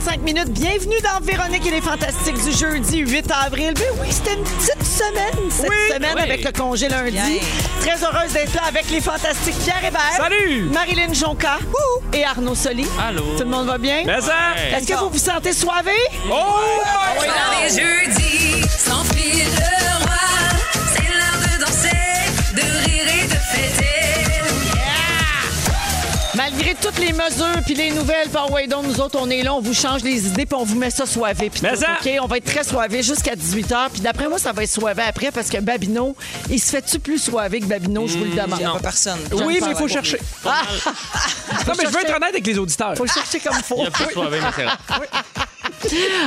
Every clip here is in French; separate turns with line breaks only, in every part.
5 minutes. Bienvenue dans Véronique et les Fantastiques du jeudi 8 avril. Mais oui, c'était une petite semaine cette
Oui,
semaine
oui.
avec le congé lundi.
Bien.
Très heureuse d'être là avec les Fantastiques Pierre Hébert.
Salut!
Marilyn Jonca. Et Arnaud Soli.
Allô.
Tout le monde va bien?
Mais ça!
Est-ce que vous vous sentez soivé?
Oh!
Ah
Oui, dans les jeudis, sans fil le roi. C'est l'heure de danser, de rire et de fêter.
Malgré toutes les mesures puis les nouvelles par Waydon, nous autres, on est là, on vous change les idées puis on vous met ça soivé. puis
Mais
tout,
ça-
OK? On va être très soivé jusqu'à 18h. Puis d'après moi, ça va être soivé après parce que Babino, il se fait-tu plus soivé que Babino? Je vous
Hmm,
le demande.
non.
Pas personne.
Oui, mais il faut
Ouais.
chercher.
Ah!
Non, mais je veux
chercher.
être honnête avec les auditeurs.
Faut le chercher comme faut.
Il a plus soivé,
Ah.
mais c'est vrai.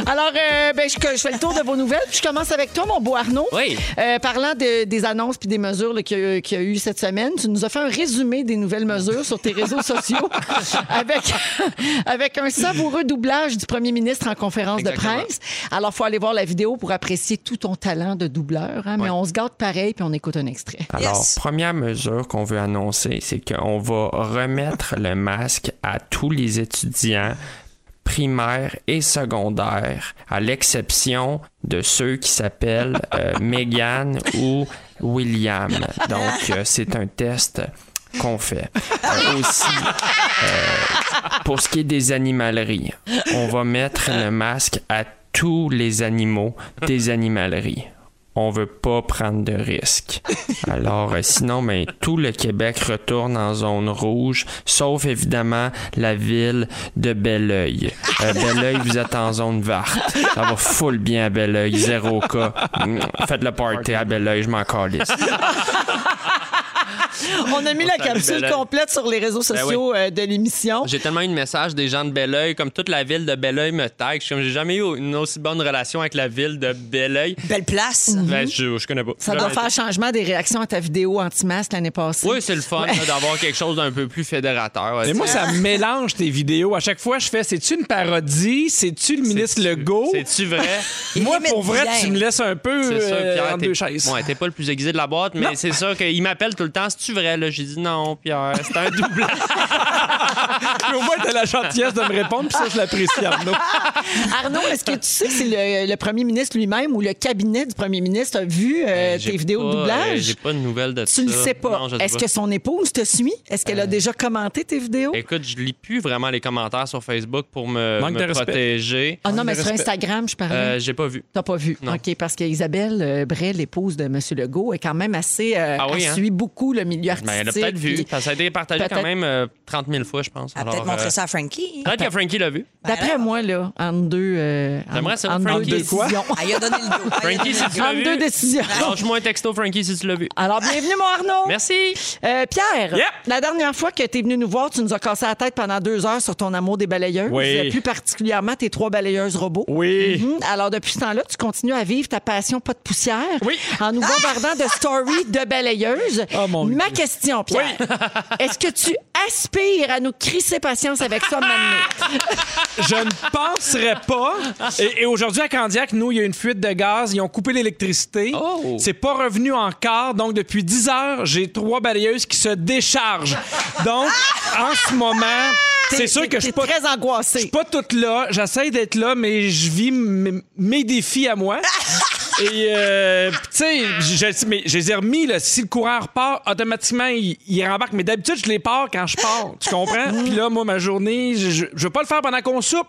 Alors, euh, ben, je, je fais le tour de vos nouvelles. Puis je commence avec toi, mon beau Arnaud.
Oui.
Euh, parlant de- des annonces puis des mesures là, qu'il y, a- qu'il y a eu cette semaine, tu nous as fait un résumé des nouvelles mesures sur tes réseaux sociaux avec, avec un savoureux doublage du premier ministre en conférence de
Exactement.
presse. Alors, faut aller voir la vidéo pour apprécier tout ton talent de doubleur. hein, Mais
Ouais.
on se garde pareil puis on écoute un extrait.
Alors,
Yes.
première mesure qu'on veut annoncer, c'est qu'on va remettre le masque à tous les étudiants primaires et secondaires, à l'exception de ceux qui s'appellent euh, Megan ou William. Donc, euh, c'est un test qu'on fait. Euh, aussi, euh, pour ce qui est des animaleries, on va mettre le masque à tous les animaux des animaleries. On veut pas prendre de risques. Alors, euh, sinon, ben, tout le Québec retourne en zone rouge, sauf évidemment la ville de Belleuil. Euh, Belleuil, vous êtes en zone verte. Ça va full bien à Belleuil, zéro cas. Mm, Faites le party à Belleuil, je m'en calisse.
On a mis la
Salut,
capsule
Belle.
complète sur les réseaux
Ben oui.
sociaux euh, de l'émission.
J'ai tellement eu de messages des gens de Belleuil, comme toute la ville de Belleuil me tag. Je suis comme, j'ai jamais eu une aussi bonne relation avec la ville de Belleuil.
Belle place.
Ben, je, je connais pas.
Mhm. Ça doit faire changement des réactions à ta vidéo anti-masque l'année passée.
Oui, c'est le fun là, d'avoir quelque chose d'un peu plus fédérateur. ouais.
Mais moi, ça mélange tes vidéos. À chaque fois, je fais c'est-tu une parodie C'est-tu le ministre Legault
C'est-tu vrai?
Moi,
Limite
pour vrai,
bien.
tu me laisses un peu
C'est sûr,
euh,
Pierre.
entre
t'es-
deux chaises.
Ouais, t'es pas le plus aiguisé de la boîte, mais c'est sûr qu'il m'appelle tout le temps. C'est-tu vrai? là? J'ai dit non, Pierre. C'est un double.
Mais au moins, t'as la gentillesse de me répondre, puis ça, je l'apprécie, Arnaud.
Arnaud, est-ce que tu sais que c'est le, le premier ministre lui-même ou le cabinet du premier ministre a vu euh,
J'ai
tes vidéos
pas,
de
euh,
doublage?
J'ai pas de nouvelles de ça.
tu le sais pas.
Non, je sais
Est-ce
pas. Euh,
que son épouse te suit? Est-ce qu'elle a déjà commenté tes vidéos?
Écoute, je lis plus vraiment les commentaires sur Facebook pour me,
Manque
me
de respect.
protéger.
Ah non,
manque
mais
de
sur
respect.
Instagram, je parlais.
Euh, j'ai pas vu.
T'as pas vu.
Non.
OK, parce qu'Isabelle euh, Bray, l'épouse de M. Legault, est quand même assez. euh,
Ah oui,
elle
hein?
suit beaucoup le milieu artistique.
Ben, elle a peut-être vu.
puis-
Ça, ça a été partagé quand
peut-être-
même euh, 30 000 fois, je pense.
Elle a
Alors,
peut-être montré
euh,
ça à Frankie.
Peut-être que Frankie l'a vu.
D'après
Alors?
moi, là, entre deux. euh,
J'aimerais
entre-
savoir
entre
Frankie
deux
de quoi?
décisions.
Ah,
Elle a donné le dos. Elle a donné
Frankie,
le
si
dos.
tu l'as
Entre
vu.
deux décisions.
Lâche-moi un texto, Frankie, si tu l'as vu.
Alors, bienvenue, mon Arnaud.
Merci.
Euh, Pierre,
Yep.
la dernière fois que tu es venu nous voir, tu nous as cassé la tête pendant deux heures sur ton amour des balayeuses,
Oui.
Euh, plus particulièrement tes trois balayeuses robots.
Oui.
Mhm. Alors, depuis ce temps-là, tu continues à vivre ta passion pas de poussière
Oui.
en nous bombardant de stories de balayeuses.
Oh, mon
Ma question, Pierre, est-ce que tu aspires à nous crisser patience avec ça maintenant?
Je ne penserais pas. Et, et aujourd'hui, à Candiac, nous, il y a une fuite de gaz. Ils ont coupé l'électricité.
Oh.
C'est pas revenu encore. Donc, depuis 10 heures, j'ai trois balayeuses qui se déchargent. Donc, en ce moment,
Ah!
c'est sûr que je suis pas.
très
Je suis
angoissée.
pas toute là. J'essaie d'être là, mais je vis m- mes défis à moi. Et, euh, tu sais, je, je- mais je les ai remis, là, si le courant repart, automatiquement, il, il rembarque. Mais d'habitude, je les pars quand je pars. Tu comprends? Puis là, moi, ma journée, je, je, je veux pas le faire pendant qu'on soupe.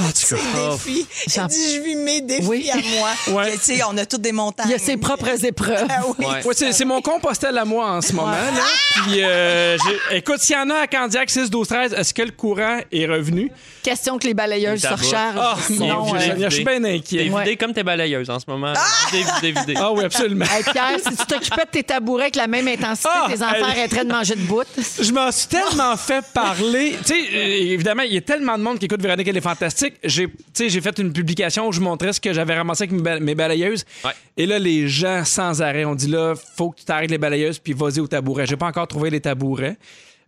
Ah, En tout cas.
Défi.
J'en-
Elle dit, je vis mes défis
Oh. Oui.
à moi.
Ouais.
Que, Tu sais, on a tous des montagnes.
Il y a ses propres épreuves.
Ah oui.
Ouais.
Ouais, c'est, c'est mon compostel à moi en ce moment. Là. Puis, euh, j'ai- écoute, s'il y en a à Candiac 6, 12, 13, est-ce que le courant est revenu?
Question que les balayeuses se
Tabac.
rechargent.
Ah,
Sinon,
mon
euh,
Dieu, Seigneur, je suis bien
T'es
inquiet.
Ouais.
vidé comme tes balayeuses en ce moment. Vidé, vidé, vidé.
Ah oui, absolument.
Hey, Pierre, si tu t'occupais de tes tabourets avec la même intensité,
Ah,
tes enfants
elle-
arrêteraient de manger de bout.
Je m'en suis tellement fait parler. Tu sais, euh, évidemment, il y a tellement de monde qui écoute Véronique, elle est fantastique. J'ai, tu sais, j'ai fait une publication où je montrais ce que j'avais ramassé avec mes, ba- mes balayeuses.
Ouais.
Et là, les gens, sans arrêt, ont dit là, faut que tu t'arrêtes les balayeuses puis vas-y au tabouret. J'ai pas encore trouvé les tabourets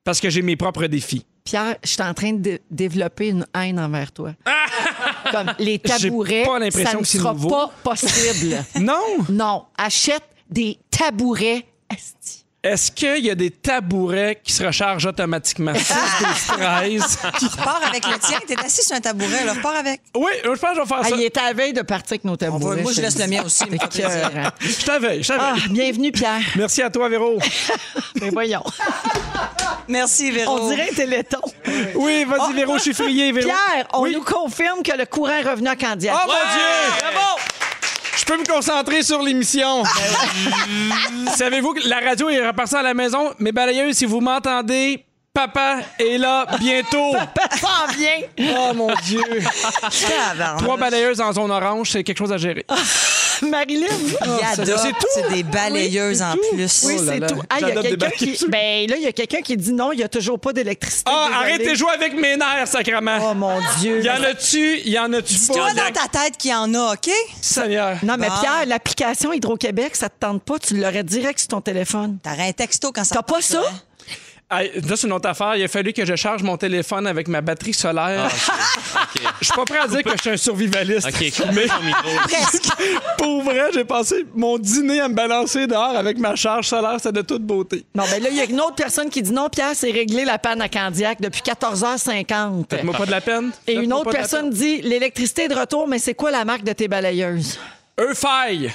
parce que j'ai mes propres défis.
Pierre, je suis en train de dé- développer une haine envers toi. Comme les tabourets,
Ah! pas l'impression
ça ne
que c'est
sera
nouveau.
pas possible.
Non!
non, achète des tabourets. Asti.
Est-ce qu'il y a des tabourets qui se rechargent automatiquement? 6, 12, 13.
Repars avec le tien. T'es assis sur un tabouret, là. Repars avec.
Oui, je pense que je vais faire
Ah,
ça.
il est à la veille de partir avec nos
On
tabourets.
va- moi, je laisse le mien aussi.
C'est écœurant.
Je t'avais, je t'avais.
Ah, euh, bienvenue, Pierre.
Merci à toi, Véro.
Ben,
Mais voyons.
Merci, Véro.
On dirait un téléthon.
Oui, vas-y, Véro, je suis frié, Véro.
Oh. Pierre, on
Oui.
nous confirme que le courant est revenu à Candiac.
Oh, mon Dieu!
Bravo!
Je peux me concentrer sur l'émission.
Ben
Savez-vous que la radio est repartie à la maison? Mes balayeuses, si vous m'entendez, papa est là bientôt.
Ça en vient.
Oh mon Dieu.
Tabarnak.
Trois balayeuses en zone orange, c'est quelque chose à gérer.
Ah,
Ah,
Marilyn.
Il adopte.
c'est tout.
des balayeuses en plus.
Oui,
Oh là
c'est
là,
tout. Ah, il y a
j'adopte des
quelqu'un
barrières.
qui. Ben là, il y a quelqu'un qui dit non, il n'y a toujours pas d'électricité.
Ah,
désolé.
arrêtez Ah, de jouer avec mes nerfs, sacrement.
Oh mon Dieu.
y en a-tu? Y en a-tu pas?
Toi, dans ta tête, qu'il y en a, OK?
Seigneur.
Non, mais
Bon.
Pierre, l'application Hydro-Québec, ça te tente pas, tu l'aurais direct sur ton téléphone.
T'auras un texto quand ça.
T'as pas
passe,
ça?
hein?
Hey, Là, c'est une autre affaire. Il a fallu que je charge mon téléphone avec ma batterie solaire.
Ah,
Je suis pas prêt à dire que je suis un survivaliste.
OK, coupez ton micro.
Presque.
Pour vrai, j'ai passé mon dîner à me balancer dehors avec ma charge solaire. C'est de toute beauté.
Non, ben là, il y a une autre personne qui dit non, Pierre, c'est réglé la panne à Candiac depuis 14h50.
Faites-moi pas de la peine.
Et une
Faites-moi
autre
pas de la
personne dit l'électricité est de retour, mais c'est quoi la marque de tes balayeuses?
peine.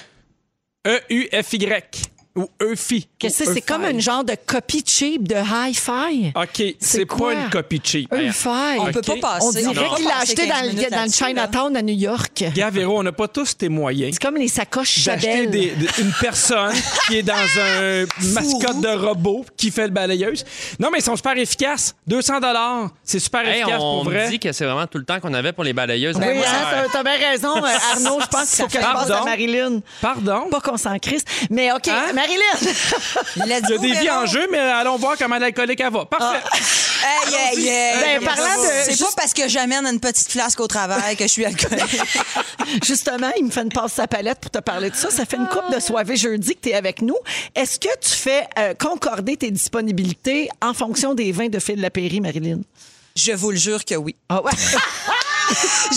E Eufy. E-U-F-Y. Ou Eufy.
Qu'est-ce que
Ou
c'est? C'est comme
Eufy.
une genre de copie cheap de hi-fi.
OK, c'est
quoi? E-
pas une copie cheap.
Hi-fi.
On peut
OK.
pas passer. peut
On dirait
pas
qu'il l'a
passer 15
acheté dans le,
minutes
dans le
là-dessus,
Chinatown à New York.
Gars, Véro, on n'a pas tous tes moyens.
C'est comme les sacoches
D'acheter
Chanel.
des- des- une personne qui est dans un mascotte de robot qui fait le balayeuse. Non, mais ils sont super efficaces. 200 c'est super
Hey,
efficace
on
pour
me
vrai.
dit que c'est vraiment tout le temps qu'on avait pour les balayeuses.
Oui,
Ouais.
hein, t'as- t'as bien raison, euh, Arnaud. Je pense qu'il faut que je passe
Pardon?
à Marilyn.
Pardon?
Pas qu'on s'en crisse. Mais OK,
Hein?
Marilyn!
là. Let's
Il y a
go,
des vies
Véro.
en jeu, mais allons voir comment l'alcoolique elle va. Parfait.
Ah.
Hey, hey, hey.
Ben, parlant de-
C'est
juste-
pas parce que j'amène une petite flasque au travail que je suis alcoolique.
Justement, il me fait une passe sa palette pour te parler de ça. Ça fait une coupe de soirée jeudi que tu es avec nous. Est-ce que tu fais euh, concorder tes disponibilités en fonction des vins de Phil Lapéry, Marilyn?
Je vous le jure que oui.
Ah ouais.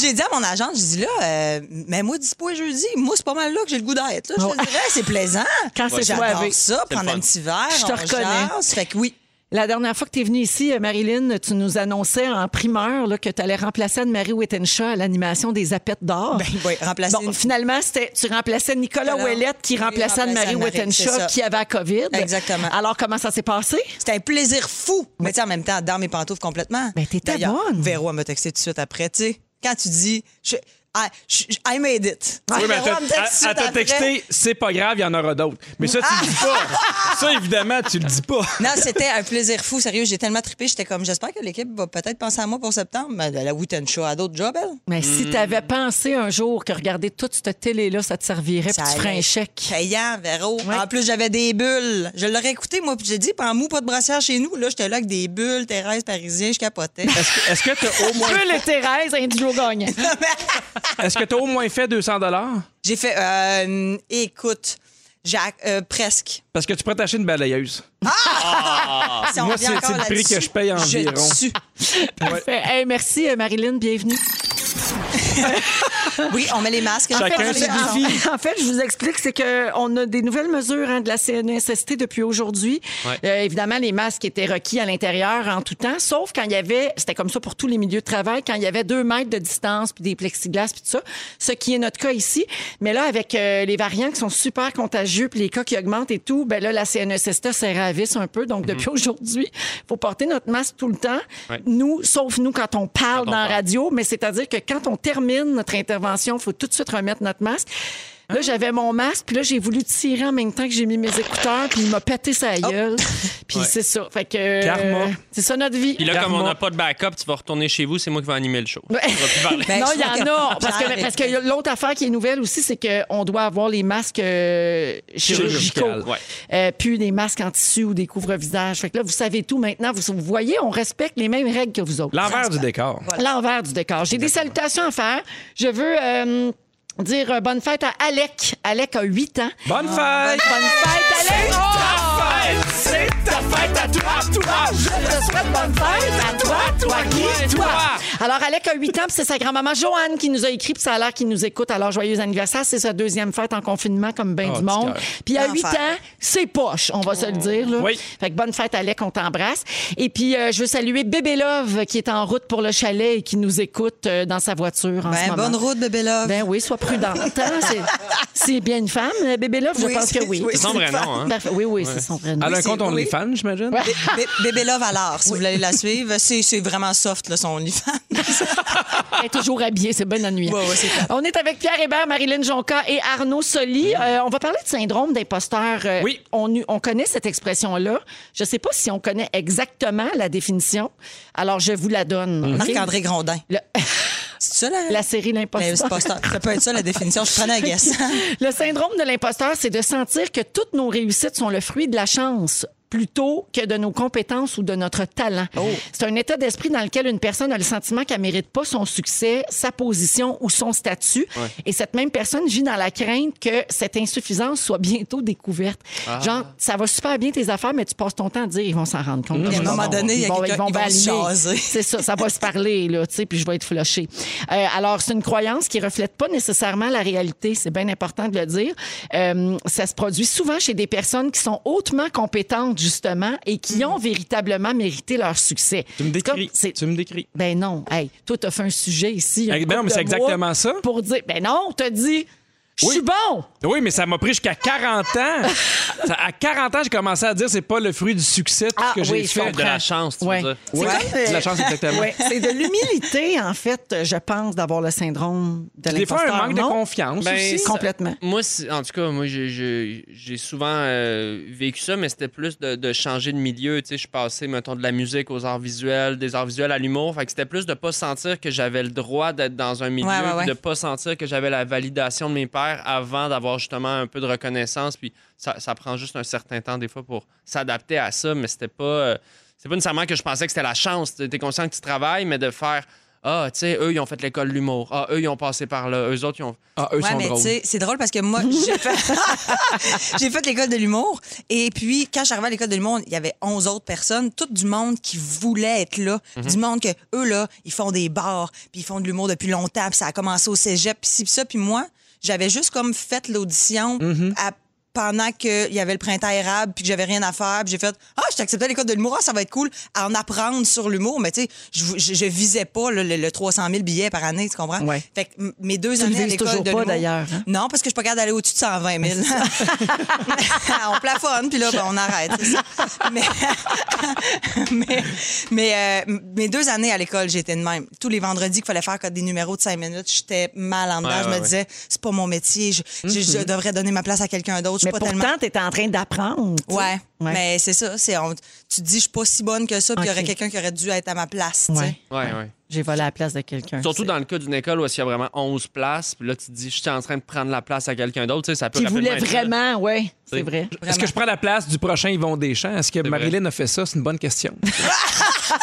J'ai dit à mon agent, j'ai dit là, euh, mais moi, dispo et jeudi, moi, c'est pas mal là que j'ai le goût d'être. là. Je te dirais, c'est plaisant.
Quand c'est
J'adore
soivé.
ça,
le
prendre
fun.
un petit verre.
Je te
on
reconnais.
jase. Fait que oui.
La dernière fois que tu es venue ici, euh, Marilyn, tu nous annonçais en primeur là, que tu allais remplacer Anne-Marie Wittenshaw à l'animation des Apettes d'or.
Ben oui, remplacer
Bon,
une-
finalement, c'était tu remplaçais Nicolas
Nicolas
Ouellette qui
qui remplaçait
remplaçait Anne-Marie
Anne-Marie, c'est
Wittenshaw
ça.
qui avait la COVID.
Exactement.
Alors, comment ça s'est passé?
C'était un plaisir fou. Mais tu sais, en même temps, dans mes pantoufles complètement.
Ben, t'étais
D'ailleurs,
bonne.
Véro, elle m'a texté tout de suite après. Tu sais, quand tu dis, je, I, je- I made it.
Oui, mais
Véro, elle me texte tout de
à
suite
t'a
après.
texté, c'est pas grave, il y en aura d'autres. Mais ça, tu le dis pas. Ça, évidemment, tu le dis pas.
Non, c'était un plaisir fou. Sérieux, j'ai tellement trippé. J'étais comme, j'espère que l'équipe va peut-être penser à moi pour septembre. Mais elle a Witten Show à d'autres jobs, elle.
Mais si tu avais pensé un jour que regarder toute cette télé-là, ça te servirait, puis tu ferais
allait
un
être
chèque.
Payant, Véro.
Ouais.
En plus, j'avais des bulles. Je l'aurais écouté, moi, puis j'ai dit, pas en mou, pas de brassière chez nous. Là, j'étais là avec des bulles, Thérèse, Parisien, je capotais.
Est-ce que t'as au moins,
Peu les Thérèse, un duo gagnant.
est-ce que t'as au moins fait 200
j'ai fait, euh, écoute, Jacques, euh, presque.
Parce que tu pourrais t'acheter une balayeuse.
Si on
Ah, Moi,
revient
c'est-
encore
c'est le prix
là-dessus,
que je paye environ.
tue.
Parfait. Hey, merci, euh, Marilyn, bienvenue.
Oui, on met les masques.
Chacun ses
Ah,
défis.
En fait, je vous explique, c'est qu'on a des nouvelles mesures hein, de la CNSST depuis aujourd'hui.
Ouais.
Euh, évidemment, les masques étaient requis à l'intérieur en tout temps, sauf quand il y avait, c'était comme ça pour tous les milieux de travail, quand il y avait deux mètres de distance, puis des plexiglas, puis tout ça, ce qui est notre cas ici. Mais là, avec euh, les variants qui sont super contagieux, puis les cas qui augmentent et tout, ben là, la CNSST serre à vis un peu. Donc, depuis aujourd'hui, faut porter notre masque tout le temps.
Mhm. Ouais.
Nous, sauf nous, quand on parle
Quand on
dans la
parle.
radio, mais c'est-à-dire que quand on termine notre intervention, il faut tout de suite remettre notre masque.
Ah.
Là, j'avais mon masque, puis là, j'ai voulu tirer en même temps que j'ai mis mes écouteurs, puis il m'a pété sa
Oh.
gueule. Puis c'est ça. Fait que. euh,
Karma.
c'est ça notre vie.
Puis là, comme on
Karma.
n'a pas de backup, tu vas retourner chez vous, c'est moi qui vais animer le show. On va plus parler.
Ben,
non,
je
il y
trouve
en
que-
a. Parce que,
Arrête.
parce que l'autre affaire qui est nouvelle aussi, c'est qu'on doit avoir les masques euh, chirurgicaux.
Chirurgical,
ouais.
Euh, puis des masques en tissu ou des couvre-visages. Fait que là, vous savez tout maintenant. Vous, vous voyez, on respecte les mêmes règles que vous autres.
L'envers du décor.
L'envers du décor. J'ai des salutations à faire. Je veux euh, dire euh, bonne fête à Alec. Alec a 8 ans.
Bonne fête!
Ah.
Ah!
Bonne fête, Alec!
C'est ta fête à toi, toi!
Je te souhaite bonne fête à toi, toi qui, toi. Alors, Alec a 8 ans, puis c'est sa grand-maman Joanne qui nous a écrit, puis ça a l'air qu'il nous écoute. Alors, joyeux anniversaire. C'est sa deuxième fête en confinement, comme ben
Oh,
du monde.
petit
Puis, à
L'enfer.
8 ans, c'est poche, on va se le dire. Là.
Oui.
Fait que bonne fête, Alec, on t'embrasse. Et puis, euh, je veux saluer Bébé Love qui est en route pour le chalet et qui nous écoute euh, dans sa voiture en ce
Ben,
moment.
bonne route, bébé love.
Ben oui, sois prudente. hein. C'est- C'est bien une femme, euh, Bébé Love, je
Oui,
pense que
c'est-
oui.
oui,
C'est son vrai nom, hein?
Parfait. Ben, Oui, oui, c'est son vrai nom.
Elle a un
Oui,
compte
c'est- oui.
OnlyFans, j'imagine?
Bé- bé- Bébé Love à l'art, si vous voulez la suivre. C'est c'est vraiment soft, là, son OnlyFans.
Elle est toujours habillée, c'est bien ennuyant.
Ouais, ouais, c'est clair.
on est avec Pierre Hébert, Marilyn Jonca et Arnaud Soli. Euh, on va parler de syndrome d'imposteur. Euh,
Oui.
On, eut- on connaît cette expression-là. Je ne sais pas si on connaît exactement la définition. Alors, je vous la donne. OK?
Marc-André Grondin.
Le-
C'est ça, la,
la série
Mais Ben, c'est
L'imposteur.
pas ça. Ça peut être ça, la définition. Je prenais un guess.
Le syndrome de l'imposteur, c'est de sentir que toutes nos réussites sont le fruit de la chance plutôt que de nos compétences ou de notre talent. C'est un état d'esprit dans lequel une personne a le sentiment qu'elle mérite pas son succès, sa position ou son statut. Et cette même personne vit dans la crainte que cette insuffisance soit bientôt découverte. Genre, ça va super bien tes affaires, mais tu passes ton temps à dire, ils vont s'en rendre compte.
à un
Ils
moment
vont-
donné, il y a
vont-
quelqu'un- ils vont se
balayer.
jaser.
C'est ça, ça va se parler, là, tu sais, puis je vais être flushée. Euh, alors, c'est une croyance qui reflète pas nécessairement la réalité, c'est bien important de le dire. Euh, ça se produit souvent chez des personnes qui sont hautement compétentes, justement, et qui ont véritablement mérité leur succès.
Mm. Tu me décris.
Comme- c'est-
Tu me décris.
Ben non, hey, toi, t'as fait un sujet ici. il y a une
Ben non,
couple
mais c'est
de mois
exactement ça.
Pour dire, ben non, t'as dit, je suis
Oui.
bon!
Oui, mais ça m'a pris jusqu'à 40 ans. Ça- à 40 ans, j'ai commencé à dire c'est pas le fruit du succès tout
Ah,
ce que
oui,
j'ai
je
fait.
comprends.
De la chance, tu
Ouais.
veux dire.
C'est
Ouais.
comme,
De la chance, exactement.
Ouais, C'est de l'humilité, en fait, je pense, d'avoir le syndrome de
Des fois,
l'imposteur.
un manque de
non?
confiance
Ben,
aussi.
ça-
Complètement.
Moi, c'est- en tout cas, moi, j'ai- j'ai j'ai souvent euh, vécu ça, mais c'était plus de, de changer de milieu. Tu sais, je suis passé, mettons, de la musique aux arts visuels, des arts visuels à l'humour. Fait que c'était plus de pas sentir que j'avais le droit d'être dans un milieu,
Ouais, ouais,
puis
ouais.
de pas sentir que j'avais la validation de mes pairs avant d'avoir justement un peu de reconnaissance. Puis ça, ça prend juste un certain temps, des fois, pour s'adapter à ça, mais c'était pas. euh, c'est pas nécessairement que je pensais que c'était la chance. Tu es conscient que tu travailles, mais de faire. Ah, tu sais, eux, ils ont fait l'école de l'humour. Ah, eux, ils ont passé par là. Eux autres, ils ont.
Ah, eux
Ouais,
sont
mais tu
drôles.
sais, c'est drôle parce que moi, j'ai fait, j'ai fait l'école de l'humour. Et puis, quand j'arrivais à l'école de l'humour, il y avait 11 autres personnes, tout du monde qui voulait être là.
Mhm.
Du monde que, eux, là, ils font des bars, puis ils font de l'humour depuis longtemps, puis ça a commencé au cégep, puis ci, puis ça. Puis moi, j'avais juste comme fait l'audition
Mhm.
à- pendant qu'il y avait le printemps érable, puis que j'avais rien à faire, puis j'ai fait Ah, je t'acceptais à l'école de l'humour, ah, ça va être cool, à en apprendre sur l'humour. Mais tu sais, je, je, je visais pas là, le, le 300 000 billets par année, tu comprends?
Ouais.
Fait que m- mes deux
Tu le
années à
vises
l'école
toujours
de
pas,
l'humour-
d'ailleurs, hein?
non, parce que je suis pas capable d'aller au-dessus de 120 000. on plafonne, puis là, ben, on arrête. c'est ça. Mais, mais, mais, euh, mes deux années à l'école, j'étais de même. Tous les vendredis qu'il fallait faire des numéros de 5 minutes, j'étais mal en dedans.
Ouais,
je
ouais,
me disais, c'est pas mon métier. Je, je- je devrais donner ma place à quelqu'un d'autre. Je
Mhm. Mais
suis pas tellement.
pourtant, t'étais en train d'apprendre. tu sais.
Ouais,
Ouais.
mais c'est ça. C'est, on- tu te dis, je suis pas si bonne que ça, puis il y aurait
Ok.
quelqu'un qui aurait dû être à ma place. tu sais.
Ouais.
Ouais, ouais.
J'ai volé la place de quelqu'un.
Surtout
c'est-
dans le cas d'une école où il y a vraiment 11 places, puis là, tu te dis, je suis en train de prendre la place à quelqu'un d'autre, tu sais, ça peut
Qui
rapidement
voulait
être ça.
vraiment, ouais, c'est
C'est-
vrai.
Est-ce que je prends la place du prochain Yvon Deschamps? Est-ce que
vrai.
Marilyn a fait ça? C'est une bonne question. Ah!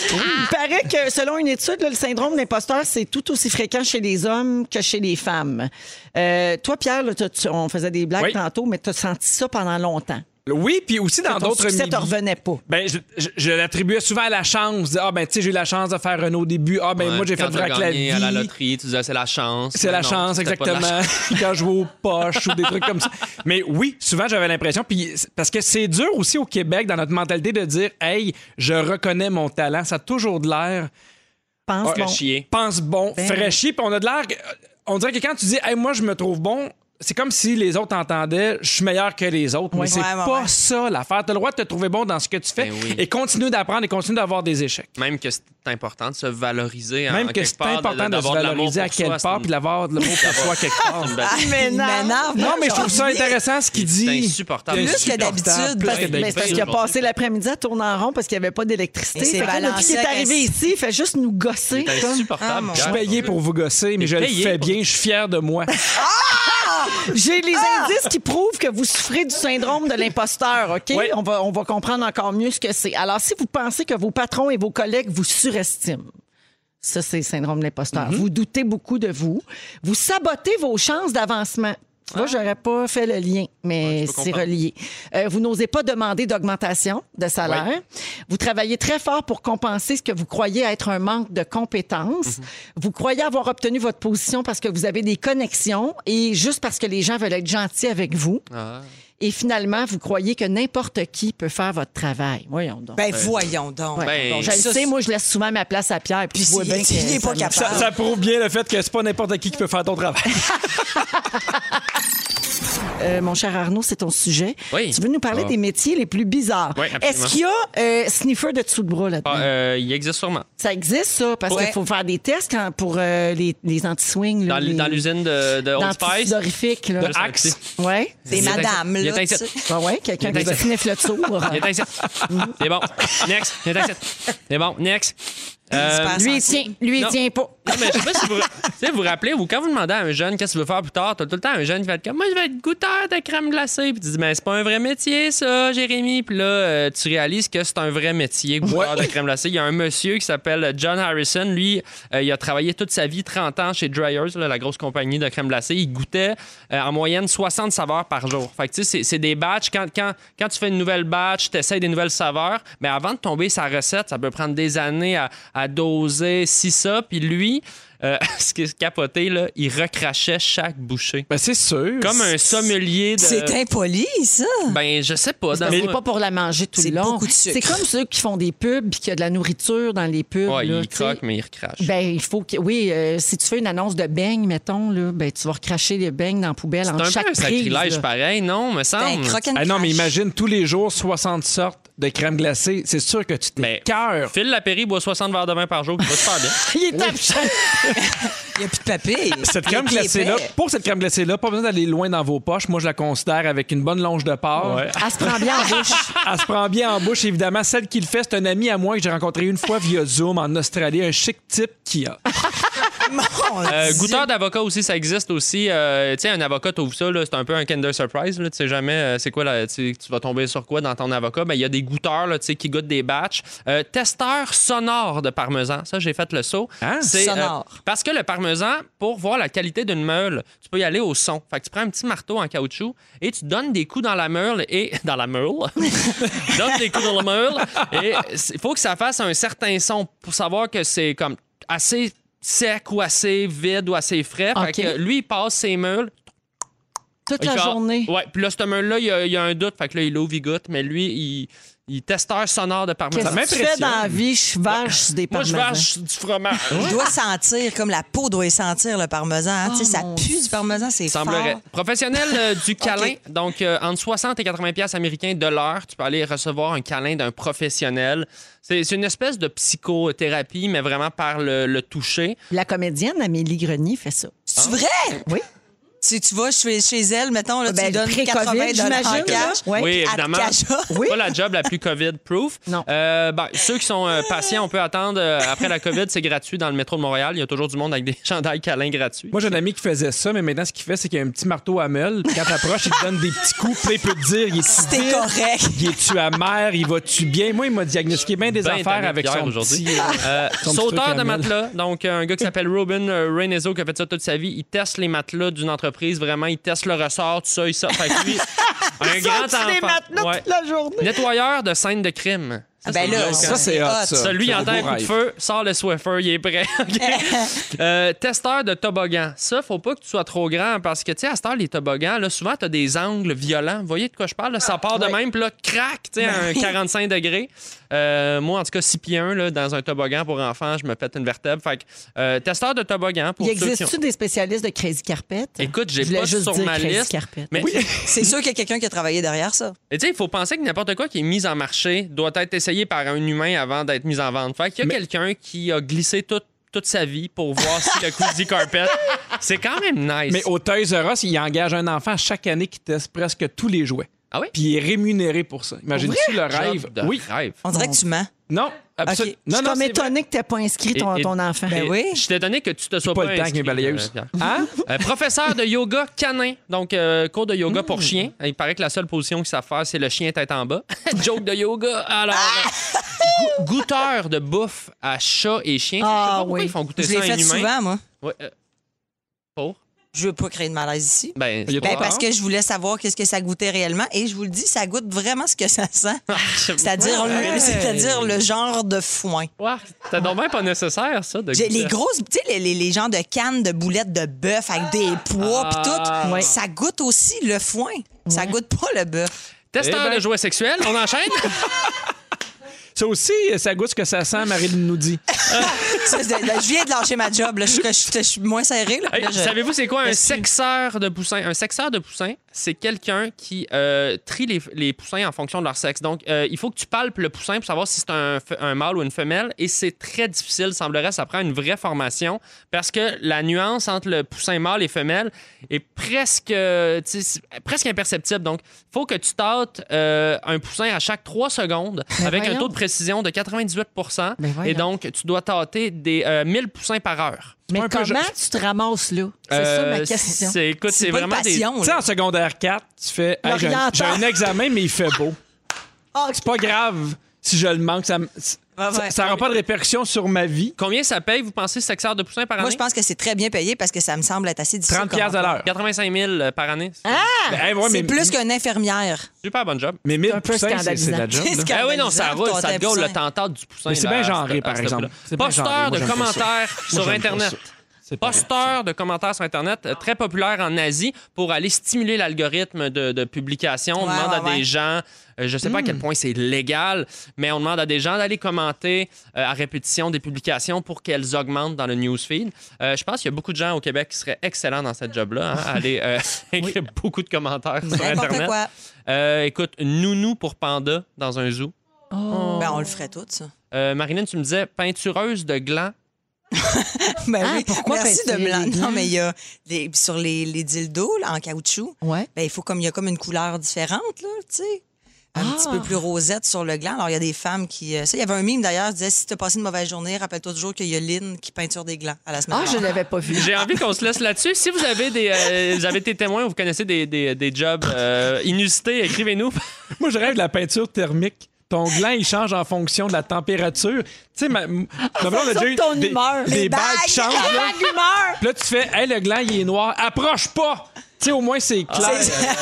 Il paraît que, selon une étude, là, le syndrome d'imposteur, c'est tout aussi fréquent chez les hommes que chez les femmes. Euh, toi, Pierre, là, t'as- tu- on faisait des blagues
Oui.
tantôt, mais tu as senti ça pendant longtemps.
Oui, puis aussi dans
Ton
d'autres
succès te
milieux.
revenait pas.
Ben, je, je- je l'attribuais souvent à la chance. Ah, ben, tu sais, j'ai eu la chance de faire Renault au début. Ah, ben,
Ouais,
moi, j'ai
puis
fait
quand t'as
vrac la
gagné
vie.
à la loterie, tu disais, c'est la chance.
C'est
Mais
la
non,
chance,
c'était pas de la
exactement. Quand je vais aux poches ou des trucs comme ça. Mais oui, souvent, j'avais l'impression. Puis, c'est- parce que c'est dur aussi au Québec, dans notre mentalité, de dire, hey, je reconnais mon talent. Ça a toujours de l'air.
Pense
chance.
bon.
Chier.
pense bon,
Ben
frais chier, puis on a de l'air. que- On dirait que quand tu dis, hey, moi, je me trouve bon, c'est comme si les autres entendaient, je suis meilleur que les autres. Mais c'est
Ouais, ouais,
pas
ouais.
ça l'affaire. T'as le droit de te trouver bon dans ce que tu fais
Ben oui.
et continue d'apprendre et continue d'avoir des échecs.
Même que c'est important de se valoriser en- en
Même que
Ah, quelque
c'est
part,
important de, se
d'avoir l'amour
valoriser à
pour
quelle
soi,
part
c'est
puis d'avoir de l'amour pour soi quelque part.
une- une belle-
Mais
Ah, Il
non.
m'énerve.
Non, mais je trouve ça intéressant ce qu'il dit.
C'est insupportable.
Plus que
Insupportable,
d'habitude,
plus
parce
que
que-
Mais c'est parce qu'il a
aujourd'hui.
passé l'après-midi à tourner en rond parce qu'il n'y avait pas d'électricité.
Et c'est
Fait que là, Depuis qu'il est
balancé à
arrivé
qu'est-ce-
ici, il fait juste nous gosser. comme.
C'est
Ah,
insupportable.
mon
Je suis payé pour vous gosser, mais je le
payé
fais
pour-
bien. Je suis fier de moi.
J'ai les indices qui prouvent que vous souffrez du syndrome de l'imposteur, OK?
Oui.
On, va, on va comprendre encore mieux ce que c'est. Alors, si vous pensez que vos patrons et vos collègues vous surestiment,
Mhm.
ça, c'est le syndrome de l'imposteur. Vous doutez beaucoup de vous. Vous sabotez vos chances d'avancement. Tu vois, j'aurais pas fait le lien, mais
Ah. Ouais, je peux
c'est
comprendre.
relié. Euh, vous n'osez pas demander d'augmentation de salaire. Vous travaillez très fort pour compenser ce que vous croyez être un manque de
Mhm.
compétences. Vous croyez avoir obtenu votre position parce que vous avez des connexions et juste parce que les gens veulent être gentils avec vous.
Ah.
Et finalement, vous croyez que n'importe qui peut faire votre travail. Voyons donc.
Ben, voyons donc.
Ouais.
ben,
Bon, je le
ça,
sais, moi, je laisse souvent ma place à Pierre.
Puis
Puis, je vois
s'il-
bien
s'il
que
est
ça
pas
me-
capable.
Ça, ça prouve bien le fait que c'est pas n'importe qui qui peut faire ton travail.
Euh, mon cher Arnaud, c'est ton sujet.
Oui.
Tu veux nous parler
Ah.
des métiers les plus bizarres.
Oui, absolument.
Est-ce qu'il y a euh, sniffer de dessous de bras là-dedans?
Ah, euh, il existe sûrement.
Ça existe, ça, parce
Ouais.
qu'il faut faire des tests quand- pour euh, les, les anti-swings.
Dans,
là, les-
l- dans l'usine de, de
dans
Old
le
Spice.
sudorifique, là.
Juste un petit-
Ouais.
C'est
Il est
madame,
inquiet.
là.
Il est
tu
inquiet.
sais.
Ah ouais, quelqu'un
Il est
qui
inquiet.
sniffe le tour.
Il est ici. C'est bon. Next. Il est ici. C'est bon. Next. Euh,
Dispense.
Lui, il tient, lui, il
Non.
tient pas.
non, mais je sais pas si vous tu sais, vous vous rappelez, ou quand vous demandez à un jeune qu'est-ce qu'il veut faire plus tard, t'as tout le temps un jeune qui va être comme Moi, je vais être goûteur de crème glacée. Puis tu dis Mais c'est pas un vrai métier, ça, Jérémy. Puis là, euh, tu réalises que c'est un vrai métier, goûteur de crème glacée. Il y a un monsieur qui s'appelle John Harrison. Lui, euh, il a travaillé toute sa vie, 30 ans, chez Dryers, là, la grosse compagnie de crème glacée. Il goûtait euh, en moyenne 60 saveurs par jour. Fait que tu sais, c'est- c'est des batchs. Quand, quand, quand tu fais une nouvelle batch, tu essaies des nouvelles saveurs, mais avant de tomber sa recette, ça peut prendre des années à, à doser, si ça. Puis lui, euh, ce qui est capoté, là, il recrachait chaque bouchée.
Ben, c'est sûr.
Comme un sommelier de.
C'est impoli, ça.
Ben, je sais pas. dans
Mais
moi-
pas pour la manger tout
C'est
le long.
beaucoup de sucre.
C'est comme ceux qui font des pubs puis qu'il y a de la nourriture dans les pubs.
Ouais,
là,
il
tu sais.
croque, mais il recrache.
Ben, il faut que. Oui, euh, si tu fais une annonce de beigne, mettons, là, ben, tu vas recracher les beignes dans la poubelle en
c'est un
chaque
peu un
prise.
sacrilège
là.
pareil, non, me
T'as un
semble.
croquant de
Ah non, mais
crache.
imagine tous les jours 60 sortes de crème glacée. C'est sûr que tu
Mais-
t'écœures.
Phil Lapéry boit 60 verres de vin par jour, il va se faire bien.
Il est absent.
Il n'y a plus de papier.
Cette crème
Les pieds
glacée-là,
épais.
pour cette crème glacée-là, pas besoin d'aller loin dans vos poches. Moi, je la considère avec une bonne longe de porc.
Elle se prend bien en bouche.
Elle se prend bien en bouche, évidemment. Celle qui le fait, c'est un ami à moi que j'ai rencontré une fois via Zoom en Australie, un chic type qui a.
Mon
Euh,
Dieu.
goûteur d'avocat aussi, ça existe aussi. Euh, tu sais, un avocat, t'ouvres ça, là, c'est un peu un Kinder Surprise. Là, tu sais jamais euh, c'est quoi, là, tu tu vas tomber sur quoi dans ton avocat. Ben, Il y a des goûteurs là, tu sais, qui goûtent des batchs. Euh, testeur sonore de parmesan. Ça, j'ai fait le saut.
Hein?
C'est, euh,
Sonore.
parce que le parmesan, pour voir la qualité d'une meule, tu peux y aller au son. Fait que tu prends un petit marteau en caoutchouc et tu donnes des coups dans la meule et. Dans la meule. donne des coups dans la meule et il faut que ça fasse un certain son pour savoir que c'est comme assez sec ou assez vide ou assez frais. Fait
Ok.
que lui, il passe ses meules.
Toute la
Il fait, ah,
journée.
Ouais, puis là, cette meule-là, il y a, il y a un doute. Fait que là, il ouvre, il goûte, mais lui, il. Il testeur sonore de
Qu'est-ce
parmesan.
que tu fais dans la vie? Je vache sur des
Moi, je
parmesans.
vache du fromage.
Il doit sentir, comme la peau doit sentir le parmesan. hein. Tu sais, ça
Oh, mon
pue du parmesan, c'est fort.
Semblerait. Professionnel euh, du câlin, donc euh, entre 60 et 80 pièces américains de l'heure, tu peux aller recevoir un câlin d'un professionnel. C'est c'est une espèce de psychothérapie, mais vraiment par le, le toucher.
La comédienne Amélie Grenier fait ça.
C'est vrai?
Ah. Oui.
Si tu vas chez, chez elle, mettons, là, tu
Ben,
lui donnes
pré-Covid,
80 dollars en
j'imagine, là.
cash.
Ouais.
Oui,
Elle te
évidemment.
cache ça.
Oui.
Pas la job la plus COVID-proof.
Non.
Euh, ben, ceux qui sont euh, patients, on peut attendre. euh, après la COVID, c'est gratuit dans le métro de Montréal. Il y a toujours du monde avec des chandails câlins gratuits.
Moi, j'ai un ami qui faisait ça, mais maintenant, ce qu'il fait, c'est qu'il y a un petit marteau à meule. Puis Quand t'approches, il te donne des petits coups. Puis là, il peut te dire, il est-tu
T'es
vide?
correct.
Il est-tu amer? Il va-tu bien? Moi, il m'a diagnostiqué bien des
Ben
affaires
tanné
avec
de bière
son
aujourd'hui.
petit...
Euh,
son petit
sauteur
truc
de
à mille.
matelas. Donc, euh, un gars qui s'appelle Robin euh, Reynezo qui a fait ça toute sa vie. Il teste les matelas d'une entreprise. Vraiment, il teste le ressort, tout ça. Il sort. Fait que lui, un grand
Saute sur des matelas
enfant. Ouais.
toute la journée.
Nettoyeur de scène de crime.
Ah, ben là,
Ça, c'est hot, ça.
Celui
c'est
il
des
entend un
beaux
coup de
rêves.
feu, sort le Swiffer, il est prêt. OK. Euh, testeur de toboggan. Ça, faut pas que tu sois trop grand parce que, tu sais, à cette heure, les toboggans, là, souvent, tu as des angles violents. Vous voyez de quoi je parle? là? ça part de même, puis là, crac, tu sais, à
Ben
un 45 degrés. Euh, moi, en tout cas, 6 pieds 1, là, dans un toboggan pour enfants, je me pète une vertèbre. Fait que, euh, testeur de toboggan pour
Il
ceux qui ont-
existe-tu des spécialistes de Crazy Carpet?
Écoute, j'ai
Je voulais
pas
juste
sur
dire
ma
Crazy
liste.
Carpet.
Mais
C'est sûr qu'il y a quelqu'un qui a travaillé derrière ça.
Et tu sais, il faut penser que n'importe quoi qui est mis en marché doit être essayé par un humain avant d'être mis en vente. Fait qu'il y a quelqu'un qui a glissé toute toute sa vie pour voir si le Crazy Carpet. C'est quand même nice.
Mais au Toys R Us, il engage un enfant chaque année qui teste presque tous les jouets.
Ah oui?
Puis il est rémunéré pour ça. Imagine-tu le
Job
rêve?
de
Oui.
rêve.
On dirait que tu mens.
Non, absolument.
Ok.
Je
Non,
suis
non,
comme
c'est vrai.
étonnée que tu pas inscrit ton,
Et- et-
ton enfant.
Ben
Et
oui. Ah?
Je suis étonné que tu te sois
pas
pas,
le temps avec mes
inscrit,
balayeuses.
euh, Pierre.
Hein?
Euh, professeur de yoga canin, donc euh, cours de yoga
Hmm.
pour chien. Il paraît que la seule position qu'ils savent faire, c'est le chien tête en bas. Joke de yoga. Alors,
Ah!
euh, go- goûteur de bouffe à chat et chien. Je sais
Ah
pas pourquoi
oui.
ils font goûter
Je
ça
l'ai
à un
fait
humain.
souvent, moi.
Ouais, euh, pour?
Je Je veux pas créer de malaise ici.
Ben,
Il y a
Ben,
trop
parce
tard.
que je voulais savoir qu'est-ce que ça goûtait réellement. Et je vous le dis, ça goûte vraiment ce que ça sent. C'est-à-dire le, c'est-à-dire le genre de foin.
Ouah, C'était donc bien pas nécessaire, ça. De
J'ai- Les grosses, tu sais, les, les, les genres de cannes de boulettes de bœuf avec des pois pis tout,
Ouais.
ça goûte aussi le foin. Ça goûte pas le bœuf.
Testeur
Eh ben.
de jouets sexuels, on enchaîne?
Ça aussi, ça goûte ce que ça sent, Marilyn nous dit.
Ça, c'est- là, je viens de lâcher ma job. Là. Je, suis- je- je suis moins serré. Là.
Hey,
Là, je-
Savez-vous c'est quoi un
Merci.
sexeur de poussins? Un sexeur de poussins, c'est quelqu'un qui euh, trie les, les poussins en fonction de leur sexe. Donc, euh, il faut que tu palpes le poussin pour savoir si c'est un, f- un mâle ou une femelle. Et c'est très difficile, semblerait, ça prend une vraie formation parce que la nuance entre le poussin mâle et femelle est presque, euh, tu sais, c'est presque imperceptible. Donc, faut que tu tâtes euh, un poussin à chaque 3 secondes
Mais
avec un
Ben voyons.
taux de précision de 98
Mais voyons.
Et donc, tu dois tâter des euh, 1000 poussins par heure.
Mais
pas un peu
comment
je-
tu te ramasses là? C'est
Euh,
ça ma question.
c'est- écoute, c'est
pas une
vraiment
passion.
Tu sais,
là.
en secondaire 4, tu fais Hey, j'ai un- j'ai un examen, mais il fait beau. C'est pas grave si je le manque. Ça n'aura
ouais.
pas de répercussions sur ma vie.
des. Combien ça paye, vous pensez, sexeur de poussin par année?
Moi, je pense que c'est très bien payé parce que ça me semble être assez difficile.
30
comme
piastres à l'heure.
85 000 euh, par année.
Ah!
Ben, hey, ouais,
c'est
mais-
plus qu'une infirmière.
Super bon job.
Mais 1000
un peu
poussins, c'est c'est la job.
scandalisant.
là.
Ah oui, non, ça
Scandalisant,
roule, ça
tenter
te gaule
un
le
poussin.
tenteur du poussin.
Mais c'est
là,
bien
à ce-
genré,
à
par
ce
exemple.
stop-là.
C'est bien genré.
Posteur
Moi,
de
j'aime pas ça.
commentaires
Moi,
sur
j'aime pas
Internet.
ça. C'est pas vrai.
Posteur de commentaires sur Internet, euh, très populaire en Asie pour aller stimuler l'algorithme de, de publication. On
Ouais,
demande
ouais,
à
Hmm.
des
ouais.
gens, euh, je sais pas à quel point c'est légal, mais on demande à des gens d'aller commenter euh, à répétition des publications pour qu'elles augmentent dans le newsfeed. Euh, je pense qu'il y a beaucoup de gens au Québec qui seraient excellents dans cette job-là, hein, à aller euh, écrire beaucoup de commentaires sur
N'importe
Internet.
quoi.
Euh, écoute, nounou pour panda dans un zoo.
Oh.
Ben, on le ferait tout, ça.
Euh, Marilyn, tu me disais peintureuse de gland.
Ben
Ah,
oui.
pourquoi
Merci de
peinturer
me l'en-
les
Non,
gants?
mais il y a les- sur les, les dildos là, en caoutchouc,
Ouais.
ben, il faut comme il y a comme une couleur différente, là, tu sais. Un
Ah.
petit peu plus rosette sur le gland. Alors, il y a des femmes qui. euh, Ça, il y avait un mime d'ailleurs qui disait si tu as passé une mauvaise journée, rappelle-toi toujours qu'il y a Lynn qui peinture des glands à la semaine.
Ah, je
prochaine.
l'avais pas vu.
J'ai envie qu'on se laisse là-dessus. Si vous avez des, euh, vous avez été témoin ou vous connaissez des, des, des jobs euh, inusités, écrivez-nous.
Moi, je rêve de la peinture thermique. Ton gland, il change en fonction de la température. Tu sais, ma, ma blonde a
fonction
déjà
de
eu
ton
des,
humeur.
des
Les
bagues qui
bagues!
changent. Là. Puis là, tu fais, hey, le gland, il est noir. Approche pas! Tu sais, au moins, c'est clair.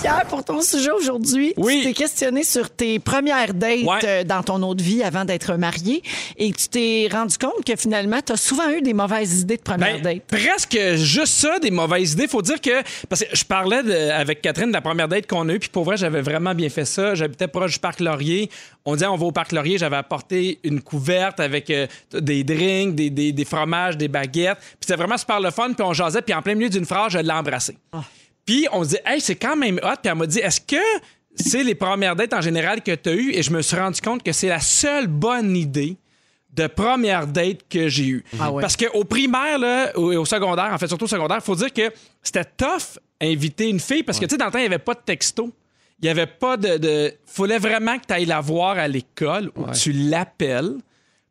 Pierre, pour ton sujet aujourd'hui,
Oui.
tu t'es questionné sur tes premières dates
Ouais.
euh, dans ton autre vie avant d'être marié et tu t'es rendu compte que finalement, tu as souvent eu des mauvaises idées de première
Ben,
date.
Presque juste ça, des mauvaises idées. Faut dire que. Parce que je parlais de- avec Catherine de la première date qu'on a eue, puis pour vrai, j'avais vraiment bien fait ça. J'habitais proche du Parc Laurier. On disait, on va au Parc Laurier. J'avais apporté une couverte avec euh, des drinks, des, des- des fromages, des baguettes. Puis c'était vraiment super le fun, puis on jasait, puis en plein milieu d'une phrase, je l'ai embrassée.
Ah.
Puis on se dit, hey, c'est quand même hot. Puis elle m'a dit, est-ce que c'est les premières dates en général que tu as eues? Et je me suis rendu compte que c'est la seule bonne idée de première date que j'ai eue.
Ah ouais.
Parce qu'au primaire là, au- et au secondaire, en fait, surtout au secondaire, faut dire que c'était tough inviter une fille parce que, tu sais, dans le temps, il n'y avait pas de texto. Il n'y avait pas de, de. fallait vraiment que tu ailles la voir à l'école ou tu l'appelles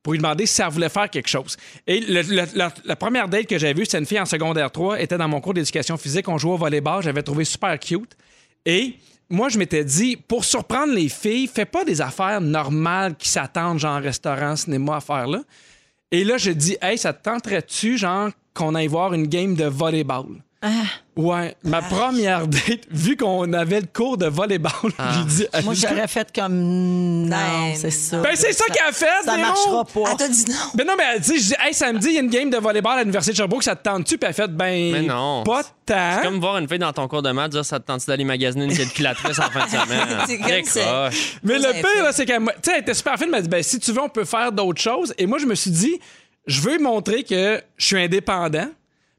pour lui demander si elle voulait faire quelque chose. Et le- le- la, la première date que j'avais vue, c'était une fille en secondaire 3, était dans mon cours d'éducation physique, on jouait au volleyball, j'avais trouvé super cute. Et moi, je m'étais dit, pour surprendre les filles, fais pas des affaires normales qui s'attendent, genre restaurant, cinéma, affaires là. Et là, je dis, hey, ça te tenterait-tu, genre, qu'on aille voir une game de volleyball?
Ah.
Ouais, ma première date, vu qu'on avait le cours de volleyball,
Ah.
j'ai dit. Hey,
Moi, j'aurais fait comme non,
Ben,
c'est ça.
euh, Ben, c'est ça qu'elle a fait,
ça
Véro!
marchera pas.
Elle t'a dit non.
Ben non, mais elle dit, je dis, hey, samedi, il y a une game de volleyball à l'Université de Sherbrooke, ça te tente-tu? Puis elle fait, ben.
Mais non.
Pas tant.
Comme voir une fille dans ton cours de maths dire ça te tente d'aller magasiner une calculatrice en fin de semaine.
C'est comme ça.
Décroche.
Mais
Vous
le
avez
pire,
fait.
là, c'est qu'elle m'a- tu sais, elle était super fine, elle m'a dit, ben, si tu veux, on peut faire d'autres choses. Et moi, je me suis dit, je veux montrer que je suis indépendant.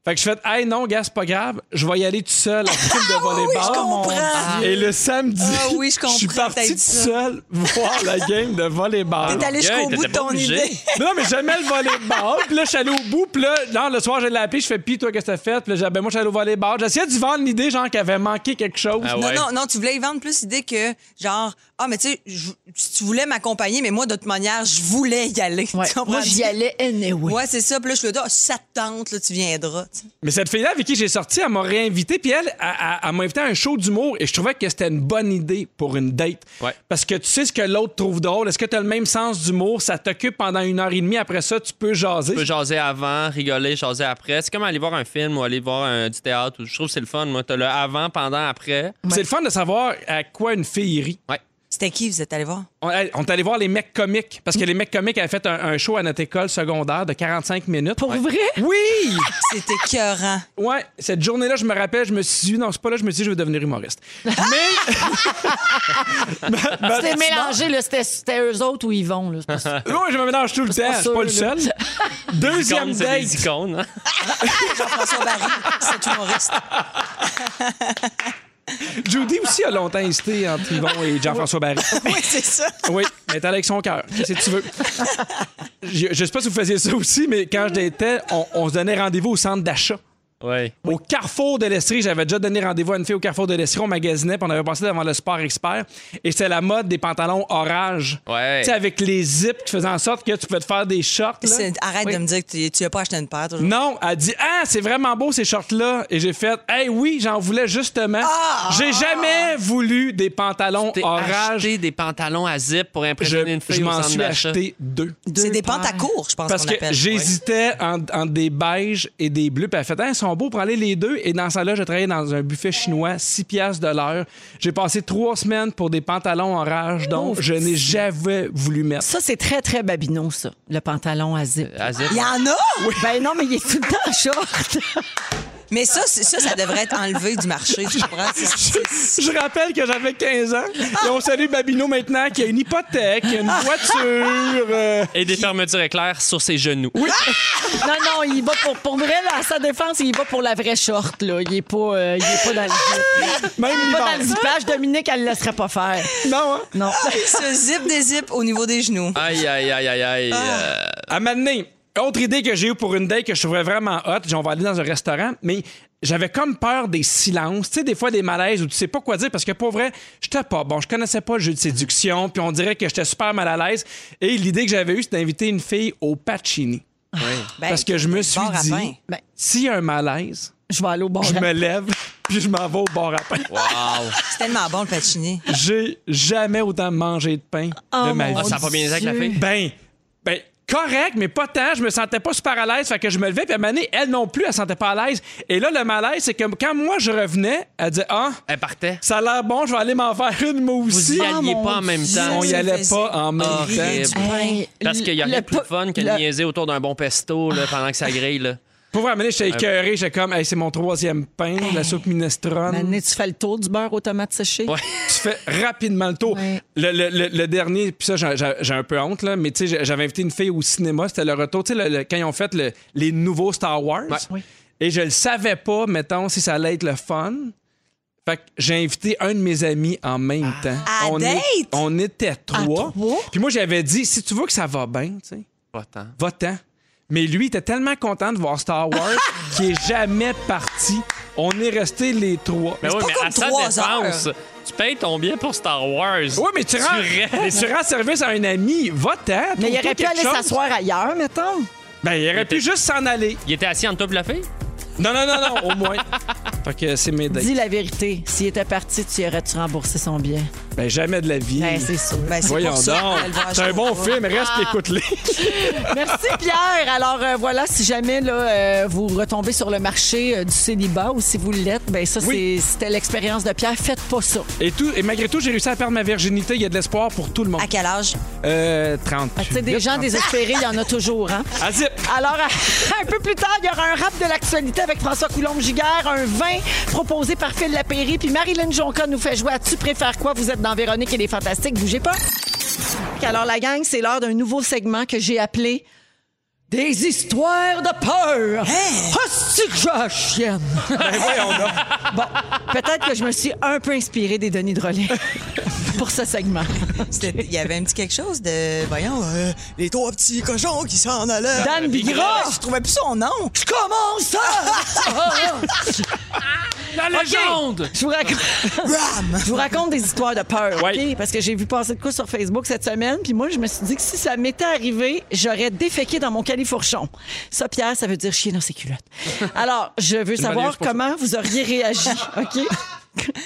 Fait que je fais, hey, non, gars, c'est pas grave, je vais y aller tout seul en groupe de
Ah Oui,
volleyball.
je comprends.
Et le samedi,
Ah oui, je
suis
comprends, t'as dit
parti tout
ça.
seul voir la game de volleyball.
T'es allé
Gueule,
jusqu'au bout de
Ah, t'étais pas
ton
obligé.
idée.
Mais non, mais j'aimais le volleyball. Puis là, je suis allé au bout. Puis là, non, le soir, je l'ai appelé. Je fais, pis toi, qu'est-ce que t'as fait? Puis là, j'ai dit, ben, moi, je suis allé au volleyball. J'essayais d'y vendre l'idée, genre, qu'il avait manqué quelque chose.
Ah
Non,
ouais.
non, non, tu voulais y vendre plus l'idée que, genre, ah, mais tu sais, je- tu voulais m'accompagner, mais moi, d'autre manière, je voulais y aller.
Ouais.
Tu comprends?
Moi, j'y allais anyway.
Ouais, c'est ça. Puis là, je suis là, Ah, si ça te tente, là, tu viendras. tu sais.
Mais cette fille-là avec qui j'ai sorti, elle m'a réinvité, puis elle, elle, elle- elle m'a invité à un show d'humour, et je trouvais que c'était une bonne idée pour une date.
Ouais.
Parce que tu sais ce que l'autre trouve drôle. Est-ce que tu as le même sens d'humour? Ça t'occupe pendant une heure et demie. Après ça, tu peux jaser.
Tu peux jaser avant, rigoler, jaser après. C'est comme aller voir un film ou aller voir un- du théâtre. ou- Je trouve que c'est le fun. Moi, t'as le avant, pendant, après.
C'est le fun de savoir à quoi une fille rit.
C'était qui vous êtes allé voir?
On, hey, on est allé voir les mecs comiques, parce que les mecs comiques avaient fait un, un show à notre école secondaire de 45 minutes.
Pour vrai?
Oui!
C'était écœurant.
Ouais, cette journée-là, je me rappelle, je me suis dit, non, c'est pas là, je me suis dit, je vais devenir humoriste. Mais. Ben,
C'était mélangé, là, c'était- c'était eux autres ou ils vont. Là. C'est pas ça.
Oui, je me mélange tout le temps. Je suis pas le
sûr,
seul. Deuxième
Icônes, c'est des
date.
icônes. hein.
Jean-François Barry, c'est humoriste.
Judy aussi a longtemps hésité entre Yvon et Jean-François Barry.
Oui, c'est ça.
Oui, mais t'es avec son cœur. Qu'est-ce que tu veux? Je, je sais pas si vous faisiez ça aussi, mais quand je l'étais, on, on se donnait rendez-vous au centre d'achat.
Ouais.
Au carrefour de l'Estrie, j'avais déjà donné rendez-vous à une fille au carrefour de l'Estrie. On magasinait, puis on avait passé devant le sport expert. Et c'était la mode des pantalons orage.
Ouais.
Tu sais, avec les zips qui faisaient en sorte que tu pouvais te faire des shorts. là.
C'est- Arrête de me dire que tu- tu n'as pas acheté une paire. Toujours.
Non, elle dit Ah, c'est vraiment beau ces shorts-là. Et j'ai fait Hey, oui, j'en voulais justement. j'ai jamais voulu des pantalons
T'es
orage.
acheté des pantalons à zip pour impressionner
Je,
une fille
je
au
m'en
centre
suis
d'achat.
acheté deux.
C'est des
paires.
pantacours, je pense
Parce
qu'on
que
appelle.
j'hésitais entre en des beiges et des bleus. Puis elle fait, Ah, ils sont beaux pour aller les deux. Et dans ça, là, je travaillais dans un buffet chinois, 6 piastres de l'heure. J'ai passé trois semaines pour des pantalons orage, donc je n'ai jamais voulu mettre.
Ça, c'est très, très babineau, ça, le pantalon à zip.
À zip.
Il y en a!
Ben non, mais il est tout le temps short.
Mais ça, c'est- ça, ça devrait être enlevé du marché, tu comprends? C'est- c'est- c'est-
Je rappelle que j'avais 15 ans. Et on salue Babino maintenant qui a une hypothèque, une voiture. euh,
Et des fermetures éclairs sur ses genoux.
Ah!
Non, non, il va pour, pour vrai, là, à sa défense, il va pour la vraie short, là. Il est pas, euh, il est pas dans le zip.
Ah! Même
Il est pas dans le
l'hiver.
zippage. Dominique, elle le laisserait pas faire.
Non, hein?
Non.
Ce zip des zips au niveau des genoux.
Ah,
Aïe, aïe, aïe, aïe, aïe. euh,
À m'amener. Autre idée que j'ai eue pour une date que je trouvais vraiment hot, j'ai- on va aller dans un restaurant, mais j'avais comme peur des silences, tu sais, des fois des malaises où tu sais pas quoi dire parce que pour vrai, j'étais pas bon, je connaissais pas le jeu de séduction, puis on dirait que j'étais super mal à l'aise. Et l'idée que j'avais eue, c'est d'inviter une fille au Pacini.
Ben,
parce que je me suis
bar à pain.
dit,
Ben,
s'il y a un malaise,
je vais aller au bord.
je me lève, puis je m'en vais au bar à pain.
Wow.
C'est tellement bon le patchini.
J'ai jamais autant mangé de pain de ma vie.
Ah, ça a pas bien été avec la
Dieu.
fille?
Ben, ben, correct, mais pas tant. Je me sentais pas super à l'aise. Fait que je me levais, puis à un moment donné, elle non plus, elle sentait pas à l'aise. Et là, le malaise, c'est que quand moi, je revenais, elle disait Ah,
Elle partait.
ça a l'air bon, je vais aller m'en faire une, moi
Vous
aussi.
y
Ah,
alliez
mon
pas en même
Dieu.
temps.
On y allait pas en même temps.
Horrible.
Hey,
Parce qu'il y a
le
rien de plus
pa-
fun que de
le-
niaiser autour d'un bon pesto là, pendant que ça grille. Là.
Pour vrai, à un moment donné, j'étais écœuré. J'étais comme Hey, c'est mon troisième pain, la soupe minestrone.
Mané, tu fais le tour du beurre aux tomates séchées.
Ouais.
tu fais rapidement le tour.
Ouais.
Le, le- le- le dernier, puis ça, j'ai- j'ai j'ai un peu honte, là, mais tu sais, j'ai- j'avais invité une fille au cinéma, c'était le retour, tu sais, le- le- quand ils ont fait le- les nouveaux Star Wars.
Oui.
Et je le savais pas, mettons, si ça allait être le fun. Fait que j'ai invité un de mes amis en même temps.
À
on,
date?
on était trois.
Ah. trois?
Puis moi, j'avais dit, si tu veux que ça va bien, tu sais,
Pas tant.
va-t'en. Mais lui, il était tellement content de voir Star Wars qu'il est jamais parti. On est restés les trois.
Mais oui,
pas
mais
comme
à sa
trois
défense,
heures.
tu payes ton billet pour Star Wars.
Oui, mais tu, rends, mais tu rends service à un ami. Va-t'en.
Mais il
trouve-toi
aurait pu
quelque
aller
chose.
s'asseoir ailleurs, mettons.
Ben, il aurait pu juste s'en aller.
Il était assis entre toi et la fille?
Non, non, non, non, au moins. Fait que c'est mes dates.
Dis la vérité. S'il était parti, tu aurais-tu remboursé son bien?
Ben, jamais de la vie.
Ben, c'est sûr.
Ben, c'est
Voyons
pour ça
donc.
qu'elle va
C'est un
acheter
bon
pas.
film. Reste, écoute-le.
Merci Pierre. Alors euh, voilà, si jamais là, euh, vous retombez sur le marché euh, du célibat ou si vous l'êtes, ben ça
Oui.
c'est- c'était l'expérience de Pierre. Faites pas ça.
Et, tout, et malgré tout, j'ai réussi à perdre ma virginité. Il y a de l'espoir pour tout le monde.
À quel âge?
Euh, 30.
Ah, tu sais, des gens désespérés, il y en a toujours. Hein?
Azip.
Alors, à- un peu plus tard, il y aura un rap de l'actualité avec François Coulombe-Giguère, un vin proposé par Phil Lapéry, puis Marilyn Jonca nous fait jouer à Tu préfères quoi? Vous êtes dans Véronique et les Fantastiques, bougez pas. Alors, la gang, c'est l'heure d'un nouveau segment que j'ai appelé Des histoires de peur. Hostie que j'ai la chienne. Bon, peut-être que je me suis un peu inspirée des Denis Drolet pour ce segment.
C'était- Il y avait un petit quelque chose de. Voyons, euh, les trois petits cochons qui s'en allaient.
Dan
Ouais,
Bigra.
Je trouvais plus son nom.
Je commence ça!
La légende!
Je vous, raconte... je vous raconte des histoires de peur,
Ouais.
OK? Parce que j'ai vu passer de quoi sur Facebook cette semaine, puis moi, je me suis dit que si ça m'était arrivé, j'aurais déféqué dans mon califourchon. Ça, Pierre, ça veut dire chier dans ses culottes. Alors, je veux
bonne idée,
savoir
c'est pour ça.
comment vous auriez réagi, OK?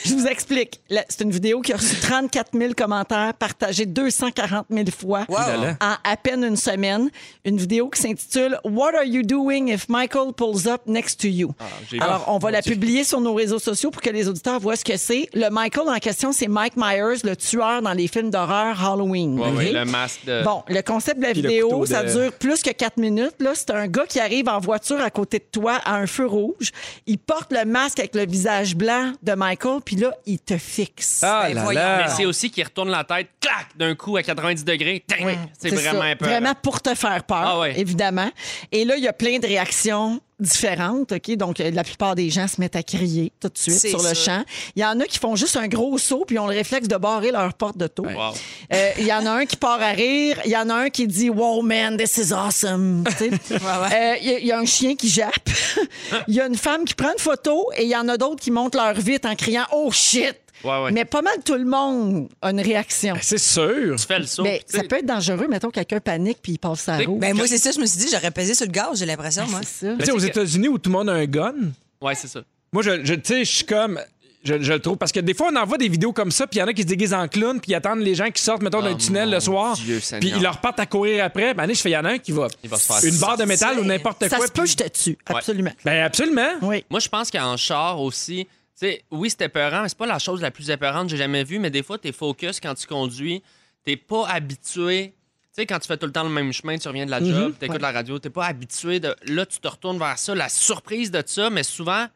Je vous explique. Là, C'est une vidéo qui a reçu 34 000 commentaires, partagée 240 000 fois Ah. en à peine une semaine. Une vidéo qui s'intitule What are you doing if Michael pulls up next to
Ah,
you?
j'ai-
Alors, on va la publier sur nos réseaux sociaux pour que les auditeurs voient ce que c'est. Le Michael en question, c'est Mike Myers, le tueur dans les films d'horreur Halloween.
Ouais,
OK?
ouais, le masque de-
Bon, le concept de la
euh, Puis le
vidéo,
couteau
ça
de-
dure plus que quatre minutes. Là, c'est un gars qui arrive en voiture à côté de toi à un feu rouge. Il porte le masque avec le visage blanc de Michael, puis là, il te fixe.
Ah
Ben
là
voyons.
là.
Mais c'est aussi qu'il retourne la tête, clac, d'un coup à 90 degrés. Ting! c'est vraiment
ça.
un peu.
Vraiment pour te faire peur,
Ah ouais.
évidemment. Et là, il y a plein de réactions différentes, OK? Donc, euh, la plupart des gens se mettent à crier tout de suite
C'est
sur le
sûr.
champ. Il y en a qui font juste un gros saut puis ont le réflexe de barrer leur porte de taux.
Wow.
Euh, Il y en a un qui part à rire. Il y en a un qui dit Wow, man, this is awesome. Tu sais? Euh, Il y, a- il y a un chien qui jappe. Il y a une femme qui prend une photo et il y en a d'autres qui montent leur vite en criant Oh shit.
Ouais, ouais.
Mais pas mal tout le monde a une réaction.
C'est sûr.
Tu fais le saut.
Mais
puis tu
ça
sais,
peut être dangereux, mettons, quelqu'un panique puis il passe sa
T'sais,
roue.
Ben, moi, c'est ça, je me suis dit, j'aurais pesé sur le gaz, j'ai l'impression, moi.
Ben, C'est ça.
Tu sais, aux
c'est que-
États-Unis où tout le monde a un gun,
Ouais, c'est ça.
moi, je, je- tu sais, je suis comme. Je, je le trouve. Parce que des fois, on envoie des vidéos comme ça, puis il y en a qui se déguisent en clown, puis ils attendent les gens qui sortent, mettons, d'un
Oh,
tunnel
mon
le soir.
Dieu Seigneur.
Puis ils leur partent à courir après. Ben, allez, je fais, il y en a un qui va.
Il va se faire
une barre de métal ou n'importe
Ça
quoi.
se peut,
puis-
je te tue. Absolument.
Ben, absolument.
Oui.
Moi, je pense qu'en char aussi, tu sais, oui, c'est épeurant, mais c'est pas la chose la plus épeurante que j'ai jamais vue, mais des fois, t'es focus quand tu conduis, t'es pas habitué. Tu sais, quand tu fais tout le temps le même chemin, tu reviens de la job, t'écoutes la radio, t'es pas habitué. De... Là, tu te retournes vers ça, la surprise de ça, mais souvent,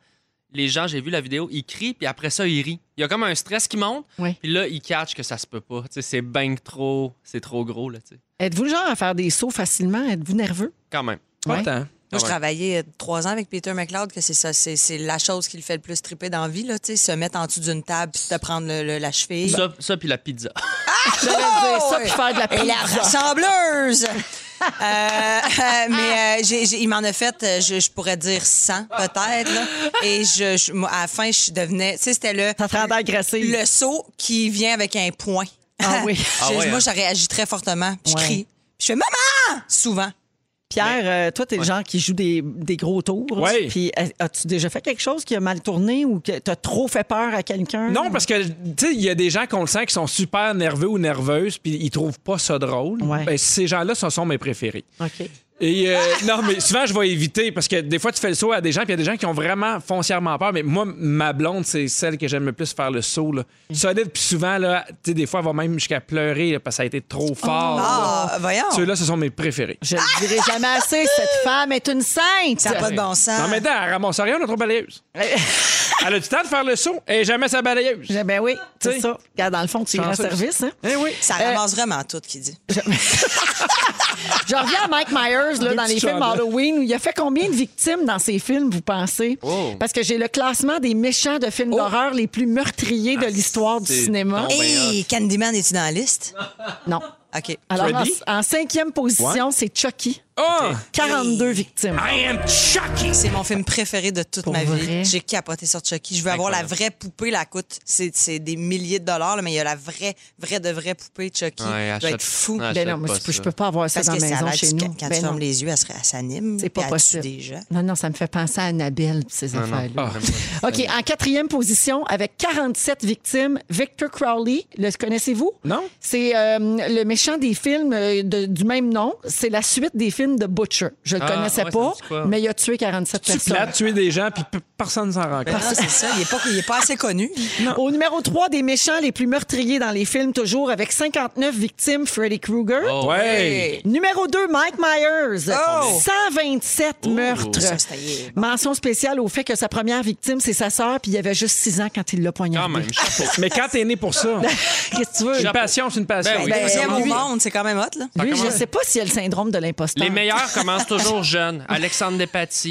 les gens, j'ai vu la vidéo, ils crient, puis après ça, ils rient. Il y a comme un stress qui monte,
Oui.
puis là, ils catchent que ça se peut pas. Tu sais, c'est bang trop, c'est trop gros, là, tu sais.
Êtes-vous le genre à faire des sauts facilement? Êtes-vous nerveux?
Quand même.
Pas
ah Ouais. Mm.
tant.
Moi, je
Ouais.
travaillais euh, trois ans avec Peter McLeod, que c'est ça, c'est c'est la chose qui le fait le plus triper dans la vie, là, tu sais, se mettre en dessous d'une table, puis te prendre le- le- la cheville. Oh,
Ça, ça puis la pizza.
J'allais dire
ouais.
ça Ah, puis faire de la
Et la
pizza.
rassembleuse! Euh, euh, mais euh, j'ai- j'ai- il m'en a fait, euh, je, je pourrais dire 100 peut-être. là. Et je, je- moi, à la fin, je devenais. Tu sais, c'était le,
Ça te rendait agressive.
le saut qui vient avec un point.
Ah oui.
Ah
Je-
ouais,
moi,
hein?
je réagis très fortement. puis
Ouais.
Je crie. puis Je fais Maman! Souvent.
Pierre, euh, toi, t'es le genre qui joue des, des gros tours.
Ouais.
Puis euh, as-tu déjà fait quelque chose qui a mal tourné ou que t'as trop fait peur à quelqu'un?
Non, parce que, tu sais, il y a des gens qu'on le sent qui sont super nerveux ou nerveuses, puis ils trouvent pas ça drôle.
Ouais.
Ben, ces gens-là, ce sont mes préférés.
OK.
Et euh, non, mais souvent, je vais éviter parce que des fois, tu fais le saut à des gens, puis il y a des gens qui ont vraiment foncièrement peur. Mais moi, ma blonde, c'est celle que j'aime le plus faire le saut. Là. Solide, puis souvent, là, tu sais, des fois, elle va même jusqu'à pleurer là, parce que ça a été trop
Oh.
fort. là.
Ah, voyons.
Ceux-là, ce sont mes préférés.
Je le dirai jamais assez. Cette femme est une sainte.
Ça n'a pas de bon sens.
Non, mais attends, elle ramasse rien, notre balayeuse. elle a du temps de faire le saut et jamais sa balayeuse.
Eh Ben oui, c'est
T'sais.
ça. Regarde, dans le fond, tu iras
Chanceuse.
service. Hein?
Eh oui.
Ça ramasse vraiment tout, qui dit.
Je reviens à Mike Myers là,
Des
dans les
petits
films
chambres.
Halloween où il a fait combien de victimes dans ces films, vous pensez?
Oh.
Parce que j'ai le classement des méchants de
Oh.
films d'horreur les plus meurtriers de l'histoire du
Ah, c'est
cinéma.
donc- ben,
ah.
Hey, Candyman, es-tu dans la liste?
Non.
OK.
Alors,
Freddy?
en, en cinquième position, c'est Chucky.
Ah!
42 victimes.
Ah,
I am Chucky!
C'est mon film préféré de toute
Pour
ma
vrai?
vie. J'ai capoté sur Chucky. Je veux avoir la vraie poupée, la coûte. C'est c'est des milliers de dollars, là, mais il y a la vraie, vraie de vraie poupée de Chucky.
Ouais,
Ça doit
achète-
être fou.
Ouais,
Ben non,
Achète
moi,
pas
je, peux-
ça.
je peux pas avoir ça
Parce
dans
que ça
la
a
maison
l'air
chez
du-
nous.
Quand
Ben
tu
non.
fermes les yeux, elle, se- elle s'anime.
C'est
puis
pas
elle tue
possible.
des gens.
Non, non, ça me fait penser à Annabelle pis ces
Ah,
affaires-là. OK, en quatrième position, avec 47 victimes, Victor Crowley. Le connaissez-vous?
Non?
C'est euh, le méchant des films euh, de- du même nom. C'est la suite des films de Butcher. Je le
Ah,
connaissais
ouais, ça me dit
pas,
quoi?
mais il a tué 47
Tu
personnes.
plates, tuer des gens, puis pe- personne ne s'en rend
Ben
compte.
non, c'est ça. Il n'est pas, il est pas assez connu.
Au numéro 3 des méchants les plus meurtriers dans les films, toujours avec 59 victimes, Freddy Krueger.
Oh,
Ouais!
Numéro 2, Mike Myers. 127
Oh.
meurtres.
Ça, c'était-
Mention spéciale au fait que sa première victime, c'est sa sœur, puis il avait juste 6 ans quand il l'a
Quand
poignardée.
même, chapeau.
Mais quand t'es né pour ça,
Qu'est-ce que tu veux?
une passion, c'est une passion.
Ben oui.
Ben,
Ben,
c'est mon
lui-
monde, c'est quand même hot. Là.
Lui, je
commence-
sais pas s'il a le syndrome de l'imposteur.
Les meilleurs commencent toujours jeunes. Alexandre Despatie.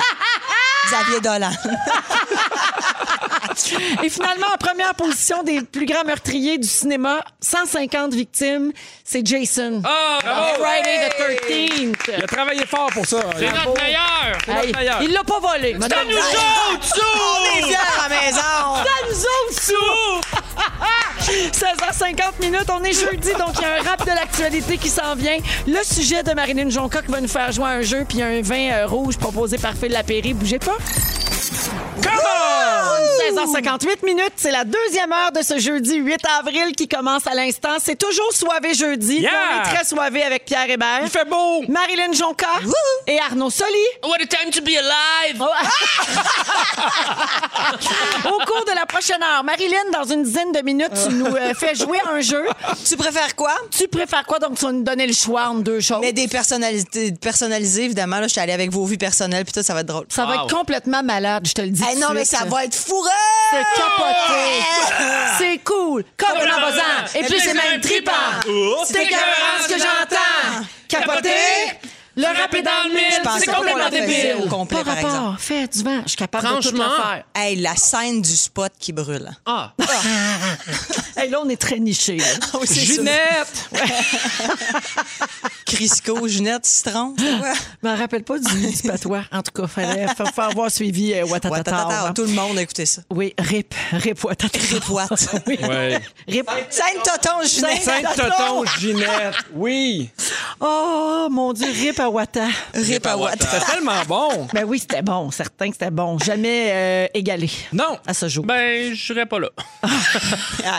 Xavier Dolan.
Et finalement, en première position des plus grands meurtriers du cinéma, 150 victimes, c'est Jason.
Ah, bravo!
Friday the 13th.
Il a travaillé fort pour ça.
C'est notre meilleur!
C'est notre
Hey,
meilleur.
il l'a pas volé. madame.
nous autres,
On est fiers à la maison!
Ça nous autres, sous! 16h50 minutes, on est jeudi, donc il y a un rap de l'actualité qui s'en vient. Le sujet de Marilyn Jonca qui va nous faire jouer à un jeu, puis il y a un vin euh, rouge proposé par Phil Lapéry. Bougez pas. 16h58 minutes, c'est la deuxième heure de ce jeudi 8 avril qui commence à l'instant. C'est toujours soivé jeudi.
Yeah!
On est très soivé avec Pierre Hébert.
Il fait beau!
Marilyn Jonca et Arnaud Soli.
What a time to be
Oh,
alive!
Ah! Au cours de la prochaine heure, Marilyn, dans une dizaine de minutes, tu nous euh, fais jouer à un jeu.
Tu préfères quoi?
Tu préfères quoi? Donc, tu vas nous donner le choix entre deux choses.
Mais des personnalités personnalisées, évidemment. Là, je suis allée avec vos vies personnelles, puis tout, ça va être drôle.
Ça va
Wow.
être complètement malade, je te le dis.
Eh
tout
non,
de
mais
suite.
ça va être fourré!
C'est capoté. C'est cool. Ah! Comme un bazar. Et puis, c'est même trippant. C'est écœurant ce que j'entends. Capoté. Le rap est dans le
Je
mille.
pensais
C'est
pas qu'on
complètement
la faisait
débile.
au complet, par
Pas rapport. Fais du vent. Je suis capable de tout le
Franchement.
faire.
Hey, la scène du spot qui brûle.
Ah!
Hey, là, on est très nichés. là.
Junette! Crisco, Junette, citron. c'est quoi?
Je me rappelle pas du, du patois. En tout cas, fallait faut, faut avoir suivi euh, Ouattatata.
Ouattatata, Tout le monde a écouté ça.
Oui, rip, rip Ouattatata.
Ripoate.
Oui.
Ouais.
Rip.
Scène Toton, Junette.
Sainte-Toton, Ginette. Oui.
Oh, mon Dieu, rip à Ouattata.
Rip à Ouatt.
C'était tellement bon.
Ben oui, c'était bon, certain que c'était bon. Jamais euh, égalé
Non.
à ce jour.
Ben, je serais pas là.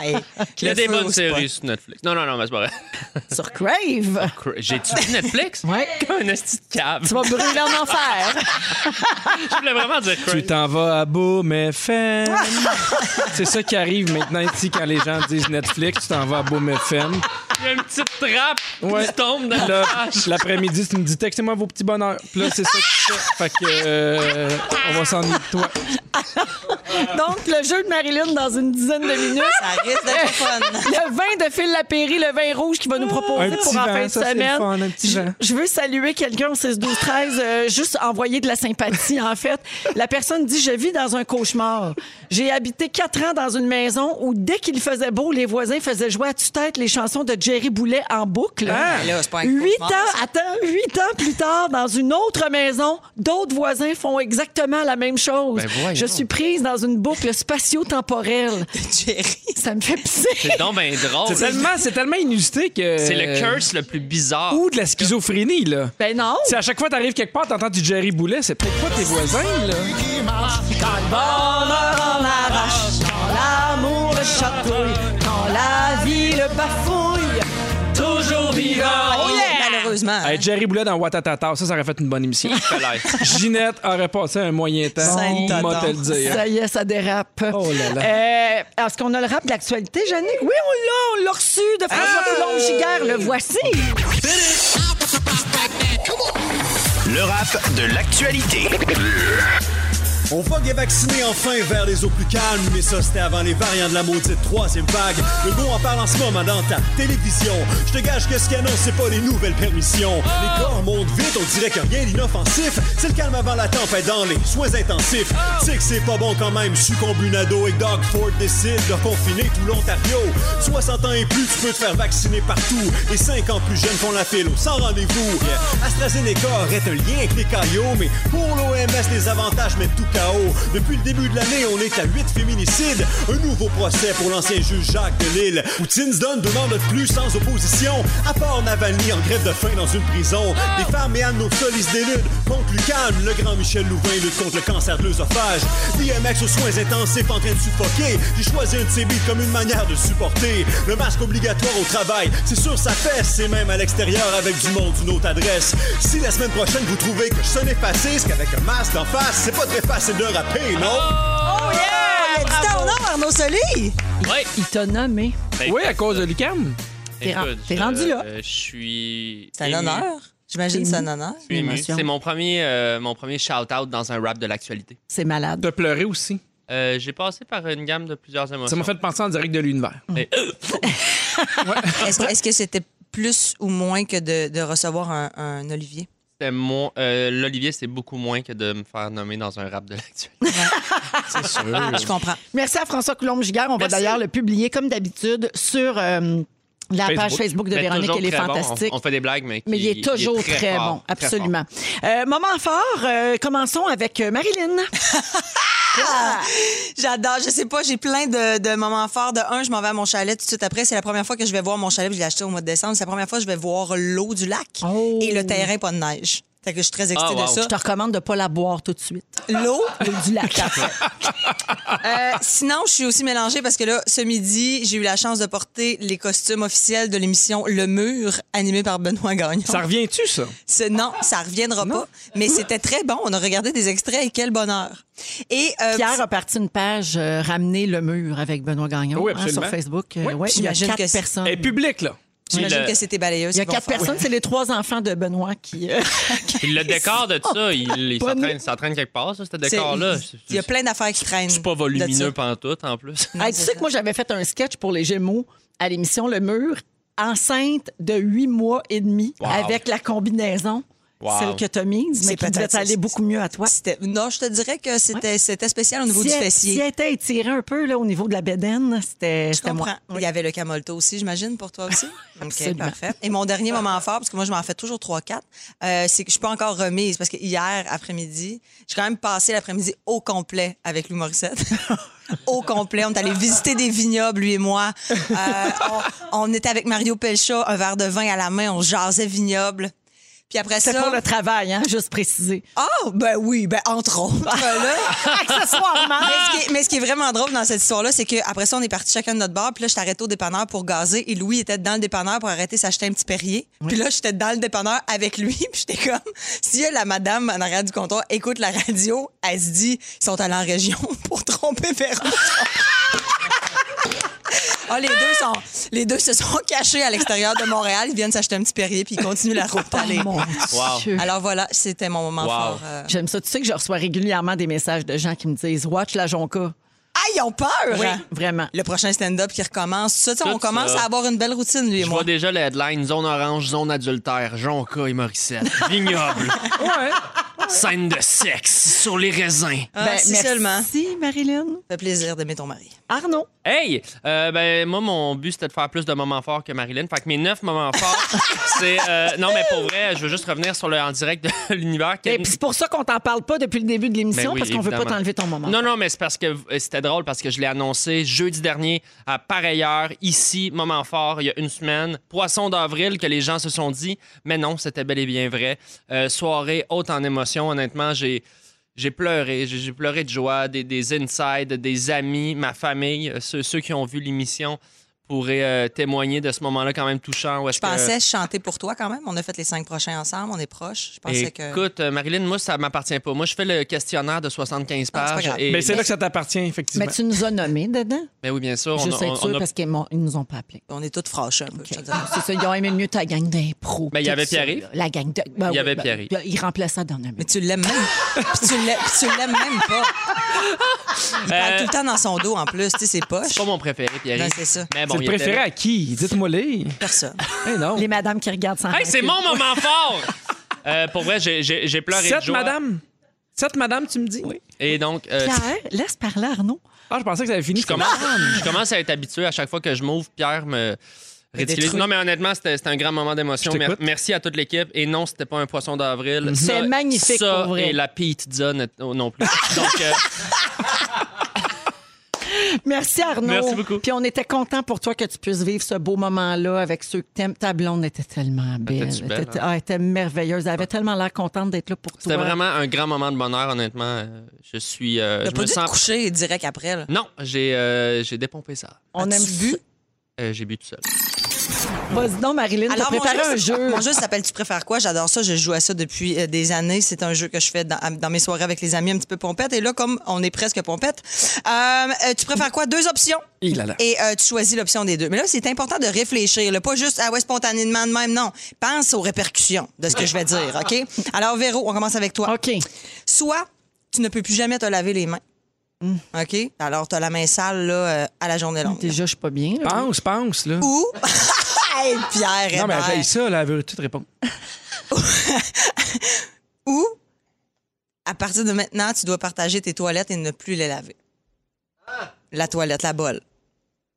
Hey,
Il y a
le
des
feu au
bonnes
spot.
séries sur Netflix. Non, non, non, mais c'est pas vrai.
Sur Crave.
Cra- J'ai-tu dit Netflix?
Ouais.
Comme un esti de cave.
Tu vas brûler en enfer.
Je voulais vraiment dire quoi?
Tu t'en vas à Boom FM. C'est ça qui arrive maintenant ici quand les gens disent Netflix, tu t'en vas à Boom FM.
Il y a une petite trappe
Ouais.
qui tombe dans
Puis
le
là, L'après-midi, tu me dis textez-moi vos petits bonheurs. Puis là, c'est ça que tu fais. Fait que euh, on va s'ennuyer de toi.
Donc, le jeu de Marilyn dans une dizaine de minutes.
Ça risque d'être fun.
Le vin de Phil Lapéry, le vin rouge qu'il va nous proposer
Un
pour
petit
en
vent,
fin de
ça, c'est le
semaine.
fun, un petit
Je-
vent.
je, veux saluer quelqu'un au 16 12 13 euh, juste envoyer de la sympathie en fait. La personne dit je vis dans un cauchemar. J'ai habité quatre ans dans une maison où dès qu'il faisait beau, les voisins faisaient jouer à tue-tête les chansons de Jerry Boulet en boucle.
Hein?
Mais Ah, là, c'est pas un
Huit
cauchemar,
ans, attends, huit ans plus tard, dans une autre maison, d'autres voisins font exactement la même chose.
Ben voyons.
je suis prise dans une boucle spatio-temporelle.
Jerry.
Ça me fait pisser.
C'est donc ben drôle.
C'est tellement, c'est tellement inusité que.
C'est le curse le plus bizarre.
Ou de la schizophrénie, là.
Ben non.
Si à chaque fois t'arrives quelque part, t'entends du Jerry Boulet, c'est peut-être pas tes voisins, là.
L'amour le chatouille quand la vie le bafouille. Toujours vivant.
Malheureusement. hein.
Hein?
Hey, Jerry Boulet dans Watatata, ça, ça aurait fait une bonne émission. Ginette aurait passé un moyen temps.
Saint-Taton.
moi te le dire.
Ça y est, ça dérape.
euh, Oh là là.
Euh, Est-ce qu'on a le rap de l'actualité, Jannick? Oui, on l'a, on l'a reçu de François Coulombe Giguère. Le voici.
Le rap de l'actualité.
On vogue est vacciné enfin vers les eaux plus calmes, mais ça c'était avant les variants de la maudite troisième vague. Le go en parle en ce moment dans ta télévision. Je te gage que ce qu'il annonce, c'est pas des nouvelles permissions. Les corps montent vite, on dirait que rien d'inoffensif. C'est le calme avant la tempête dans les soins intensifs. Tu sais que c'est pas bon quand même, succombe une ado et que Doug Ford décide de confiner tout l'Ontario. 60 ans et plus, tu peux te faire vacciner partout. Et 5 ans plus jeunes font la file au sans rendez-vous. AstraZeneca aurait un lien avec les caillots, mais pour l'OMS, les avantages mettent tout KO. Depuis le début de l'année, on est à 8 féminicides. Un nouveau procès pour l'ancien juge Jacques Delille. Poutine se donne demande de plus sans opposition. À part Navalny en grève de faim dans une prison. Les femmes et Anne Solis déludent contre Lucan. Le grand Michel Louvain lutte contre le cancer de l'œsophage. DMX aux soins intensifs en train de suffoquer. J'ai choisi un de ces beats comme une manière de supporter. Le masque obligatoire au travail, c'est sûr ça fesse. C'est même à l'extérieur avec du monde d'une autre adresse. Si la semaine prochaine vous trouvez que je sonne effacé, c'est qu'avec un masque en face, c'est pas très facile de rapper, non?
Il a dit ton nom, Arnaud Soli.
Ouais. Ben,
Il t'a nommé.
Oui, à cause de Lucam.
T'es ren-
Écoute,
t'es rendu là.
euh, Je suis.
C'est un
ému.
honneur. J'imagine que c'est un honneur.
Je suis ému.
Émotion.
C'est mon premier, euh, mon premier shout-out dans un rap de l'actualité.
C'est malade.
De pleurer aussi.
Euh, J'ai passé par une gamme de plusieurs émotions.
Ça m'a fait penser en direct de l'univers.
Mais-
Est-ce est-ce que c'était plus ou moins que de, de recevoir un, un Olivier?
c'était moins. euh, L'Olivier, c'est beaucoup moins que de me faire nommer dans un rap de l'actualité.
C'est sûr.
Ah.
Je comprends.
Merci à François Coulombe-Giguère. On
Merci.
va d'ailleurs le publier, comme d'habitude, sur euh, la page Facebook de
Mais
Véronique.
Ben, toujours
Elle est
très bon. On-
fantastique.
On, fait des blagues, mais,
Mais
qui-
il est toujours très,
fort,
bon,
très fort.
absolument. Euh, moment fort, euh, commençons avec euh, Marilyn.
J'adore. Je sais pas, j'ai plein de, de moments forts. De un, je m'en vais à mon chalet tout de suite après. C'est la première fois que je vais voir mon chalet. puis Je l'ai acheté au mois de décembre. C'est la première fois que je vais voir l'eau du lac
Oh.
et le terrain pas de neige. Fait que je suis très excitée
Ah, wow.
de ça.
Je te recommande de ne pas la boire tout de suite.
L'eau,
L'eau du lac.
Euh, sinon, je suis aussi mélangée parce que là, ce midi, j'ai eu la chance de porter les costumes officiels de l'émission Le Mur, animée par Benoît Gagnon.
Ça revient-tu, ça?
Ce- non, ça reviendra pas. Mais c'était très bon. On a regardé des extraits et quel bonheur. Et euh,
Pierre a parti une page euh, Ramener le mur avec Benoît Gagnon
Oui,
hein, sur
absolument.
Facebook. Euh, ouais, il y a
J'imagine
quatre
que c'est-
personnes.
Elle est publique, là.
j'imagine
le-
que c'était balayeuse.
Il y a quatre personnes, c'est les trois enfants de Benoît qui. euh,
Puis le décor de ça, il, il
bonne-
s'entraîne- s'entraîne quelque part, ça, ce décor-là. C'est-
Il y a plein d'affaires qui traînent.
C'est pas
de ça.
volumineux pantoute, en plus.
Hey, tu sais que moi, j'avais fait un sketch pour les Gémeaux à l'émission Le Mur, enceinte de huit mois et demi,
Wow.
avec la combinaison,
Wow.
celle que tu as mise, mais
C'est
qui devait
peut-être-
aller beaucoup mieux à toi.
C'était- Non, je te dirais que c'était c'était spécial au niveau
si
du
elle- Si
fessier.
elle était étirée un peu là, au niveau de la bédaine,
Je
c'était c'était
comprends.
moi.
Il y avait le camolto aussi, j'imagine, pour toi aussi. OK,
Absolument.
parfait. Et mon dernier moment fort, parce que moi, je m'en fais toujours 3-4, euh, c'est que je suis pas encore remise, parce que hier après-midi, j'ai quand même passé l'après-midi au complet avec Lou Morissette. au complet. On est allé visiter des vignobles, lui et moi. Euh, on, on était avec Mario Pelcha, un verre de vin à la main, on jasait vignoble. Puis après ça...
C'était pour le travail, hein, juste préciser.
Ah, ben oui, ben entre autres. là.
Accessoirement.
Mais ce, qui est, mais ce qui est vraiment drôle dans cette histoire-là, c'est qu'après ça, on est parti chacun de notre bar. Puis là, je t'arrêtais au dépanneur pour gazer. Et Louis était dans le dépanneur pour arrêter s'acheter un petit Perrier. Puis là, j'étais dans le dépanneur avec lui. Puis j'étais comme, si la madame en arrière du comptoir écoute la radio, elle se dit, ils sont allés en région pour tromper Véron. Ah, les, deux sont, les deux se sont cachés à l'extérieur de Montréal. Ils viennent s'acheter un petit Perrier puis ils continuent la route. aller.
Oh, Mon
Wow.
Dieu.
Alors voilà, c'était mon moment
Wow.
fort. euh.
J'aime ça. Tu sais que je reçois régulièrement des messages de gens qui me disent Watch la Jonca.
Ah, ils ont peur! hein?
Vraiment.
le prochain stand-up qui recommence. Ça, tu sais, on
Tout
commence
ça.
à avoir une belle routine, lui et
Je
moi.
vois déjà les headlines zone orange, zone adultère, Jonca et Morissette, vignoble, scène de sexe sur les raisins.
Ah,
Ben,
si
merci,
seulement. Ça
Marilyn.
fait plaisir d'aimer ton mari.
Arnaud.
Hey, euh, ben moi mon but c'était de faire plus de moments forts que Marilyn. Fait que mes neuf moments forts, c'est euh, non mais pour vrai, je veux juste revenir sur le en direct de l'univers.
Et puis Ben, c'est pour ça qu'on t'en parle pas depuis le début de l'émission,
Ben oui,
parce qu'on veut pas
évidemment.
t'enlever ton moment.
Non, non, mais c'est parce que euh, c'était drôle parce que je l'ai annoncé jeudi dernier à pareille heure, ici, moment fort, il y a une semaine. Poisson d'avril que les gens se sont dit, mais non, c'était bel et bien vrai. Euh, soirée haute en émotion, honnêtement, j'ai. J'ai pleuré, j'ai j'ai pleuré de joie, des, des insides, des amis, ma famille, euh, ceux, ceux qui ont vu l'émission pourraient euh, témoigner de ce moment-là quand même touchant. où est-ce
Je pensais chanter pour toi quand même. On a fait les cinq prochains ensemble. On est proches. Je pensais que.
Écoute, euh, Marilyn, moi, ça m'appartient pas. Moi, je fais le questionnaire de 75
Ah, c'est pas
pages.
grave.
et-
Mais c'est là que ça t'appartient, effectivement.
Mais Ben, tu nous as nommés dedans.
Ben oui, bien sûr. on
Juste
a-
être
on- on
sûr,
a
parce qu'ils m'ont- ils nous ont pas appelés.
On est toutes franches un peu. je te dirais.
C'est ça, ils ont aimé mieux ta gang d'impro.
Ben, il y
tout
avait
ça,
Pierre-Yves.
là. La gang de. ben
Il y
oui,
avait
ben,
Pierre-Yves.
ben, Il remplaçait dans un
Mais tu l'aimes même. puis tu l'aimes puis tu l'aimes même pas. Il parle
Euh,
tout le temps dans son dos en plus. Tu sais, c'est poche.
C'est pas mon préféré, Pierre.
Ben,
Non, c'est ça.
Mais Ah bon,
C'est le
il était
préféré
là.
à qui? Dites-moi les.
Personne.
Eh non.
Les madames qui regardent sans
Hey, c'est
rancune.
mon moment fort! Euh, pour vrai, j'ai- j'ai j'ai pleuré de
Sept,
joie.
madame. Sept, madame, tu me dis?
Et donc, euh,
Pierre, laisse parler Arnaud.
Ah, je pensais que ça avait fini.
je, commence, je commence à être habitué à chaque fois que je m'ouvre. Pierre me ridiculise.
détruit.
Non, mais honnêtement, c'était c'était un grand moment d'émotion.
Je
Mer-
t'écoute.
merci à toute l'équipe. Et non, c'était pas un poisson d'avril.
Mm-hmm. C'est
Ça-
magnifique,
ça
pour vrai.
Et la pizza ne- oh, non plus. Donc, euh,
Merci Arnaud.
Merci beaucoup.
Puis on était content pour toi que tu puisses vivre ce beau moment-là avec ceux que t'aimes. Ta blonde était tellement belle.
était-tu belle, hein?
était, ah, elle était merveilleuse. Elle avait tellement l'air contente d'être là pour toi.
c'était vraiment un grand moment de bonheur, honnêtement. Euh, Je suis. euh,
T'as
je
pas
me
dû te
sens.
coucher direct après. là.
Non, j'ai euh, j'ai dépompé ça.
On
As-tu
aime
bu?
Euh, j'ai bu tout seul.
Vas-y donc, Marilyn, t'as
Alors, mon
préparé un
jeu,
jeu.
mon jeu s'appelle Tu préfères quoi? J'adore ça. Je joue à ça depuis euh, des années. C'est un jeu que je fais dans, à- dans mes soirées avec les amis un petit peu pompettes. Et là, comme on est presque pompettes, euh, euh, tu préfères quoi? Deux options.
Il a là.
Et euh, tu choisis l'option des deux. Mais là, c'est important de réfléchir. là. Pas juste, ah ouais, spontanément de même. Non. Pense aux répercussions de ce que je vais dire. OK? Alors, Véro, on commence avec toi.
OK.
Soit tu ne peux plus jamais te laver les mains. OK? Alors, tu as la main sale là, euh, à la journée longue.
Déjà, je suis pas bien. là.
Ah.
Pense, pense, là.
Ou. Hey, Pierre,
Non, mais
Hébert.
j'ai ça, là, elle veut tout répondre.
Ou, à partir de maintenant, tu dois partager tes toilettes et ne plus les laver. La toilette, la bol.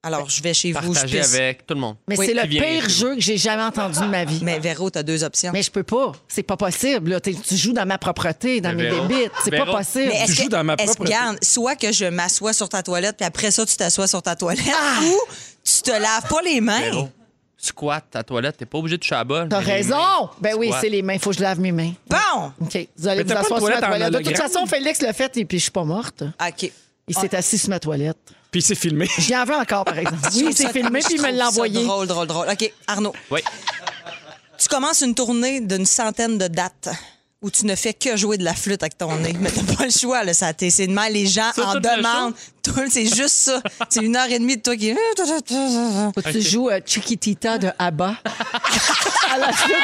Alors, je vais chez vous, je
Partager
pisse.
avec tout le monde.
Mais
Oui,
c'est le
qui vient
pire
chez
jeu que j'ai jamais entendu de ma vie. Mais,
Mais Véro, t'as deux options.
je peux pas. C'est pas possible. là. T'es- Tu joues dans ma propreté, dans
Mais
mes
Véro-
débites. C'est pas
Véro-
possible.
Mais
Tu
est-ce
joues
que,
dans ma
est-ce-
propre-
regarde, soit que je m'assois sur ta toilette, puis après ça, tu t'assois sur ta toilette, ou tu te laves pas les mains.
Véro, Squat, ta toilette, t'es pas obligé de toucher à la bol.
T'as
Mais les
raison!
mains,
Ben oui,
squat.
c'est les mains. Faut que je lave mes mains.
Bon!
OK. Vous allez
Mais
vous
t'as pas
asseoir
de
sur ma
toilette en
toilette. De toute
hologramme?
façon, Félix l'a fait et puis je suis pas morte.
OK.
Il s'est assis sur ma toilette.
Puis c'est filmé.
J'y en veux encore, par exemple. Oui,
Ah,
c'est filmé puis il me l'a
l'envoyer.
envoyé.
Drôle, drôle, drôle. OK, Arnaud.
Oui.
Tu commences une tournée d'une centaine de dates où tu ne fais que jouer de la flûte avec ton nez. Mais t'as pas le choix, là, ça t'est- c'est de mal. Les gens
C'est
en
tout le
demandent. Tout- C'est juste ça. C'est une heure et demie de toi qui.
Faut que Tu joues euh, Chiquitita de Abba. à la flûte.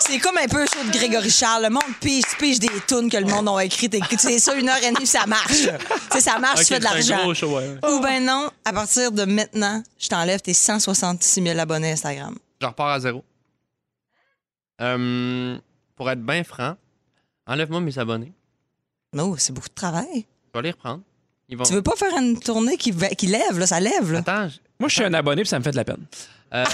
C'est comme un peu chaud de Grégory Charles. Le monde pige, pige des tunes que le monde a écrites. T'es- C'est ça, une heure et demie, ça marche. là. Tu sais, ça marche,
Ok,
tu fais de
c'est un
l'argent.
gros show, ouais.
Ou ben non, à partir de maintenant, je t'enlève tes 166 000 abonnés Instagram.
Je repars à zéro. Euh, pour être bien franc, enlève-moi mes abonnés.
Non, oh, c'est beaucoup de travail.
Je vais les reprendre. Ils vont.
Tu veux pas faire une tournée qui, va- qui lève, là, ça lève. Là.
Attends, je-
Moi, je suis un abonné, puis ça me fait de la peine.
euh,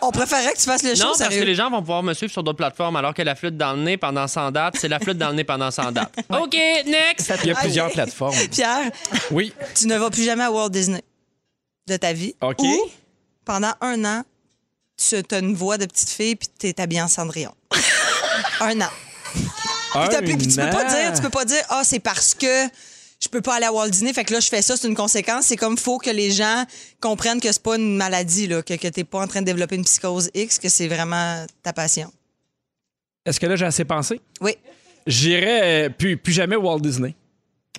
On préférait que tu fasses le show,
non, parce que
sérieux.
les gens vont pouvoir me suivre sur d'autres plateformes alors que la flûte dans le nez pendant 100 dates, c'est la flûte dans le nez pendant 100 dates. OK, next!
Il y a
Ah,
plusieurs
oui.
plateformes.
Pierre,
Oui.
tu ne vas plus jamais à Walt Disney de ta vie.
OK.
Ou pendant un an, tu as une voix de petite fille puis t'es habillée en cendrillon. un an. Puis t'as plus- puis tu peux pas dire, tu peux pas dire, ah, c'est parce que je peux pas aller à Walt Disney, fait que là, je fais ça, c'est une conséquence. C'est comme, faut que les gens comprennent que c'est pas une maladie, là, que, que t'es pas en train de développer une psychose X, que c'est vraiment ta passion.
Est-ce que là, j'ai assez pensé?
Oui.
J'irai euh, plus, plus jamais Walt Disney.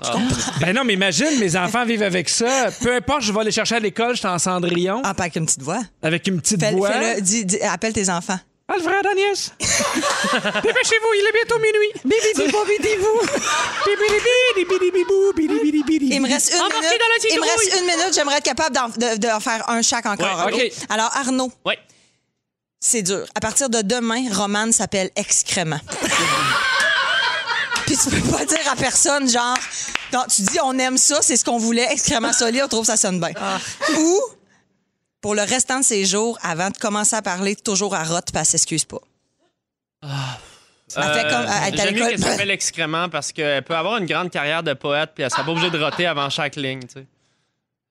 Ah.
Ben non, mais imagine, mes enfants vivent avec ça. Peu importe, je vais les chercher à l'école, j'étais en cendrillon,
En parle avec une petite voix.
avec une petite
Fais-
voix.
Ah. fais-le, dis- dis- appelle tes enfants.
Alfred, Agnès! Dépêchez-vous, il est bientôt minuit! Bibi, bibi, bibi,
Il me
bibi,
reste une minute. Il me reste une minute. J'aimerais être capable d'en, de, de en faire un chaque encore.
Ouais,
OK?
OK.
Alors, Arnaud,
Ouais.
c'est dur. À partir de demain, Romane s'appelle Excrément. Puis tu peux pas dire à personne, genre, non, tu dis on aime ça, c'est ce qu'on voulait, Excrément solide, on trouve ça sonne bien. Ou, pour le restant de ses jours, avant de commencer à parler, toujours à rote, puis elle s'excuse pas. Elle fait comme- elle est à
Euh, J'aime mieux
l'école.
qu'elle s'appelle excrément parce qu'elle peut avoir une grande carrière de poète puis elle sera pas obligée de roter avant chaque ligne, tu sais.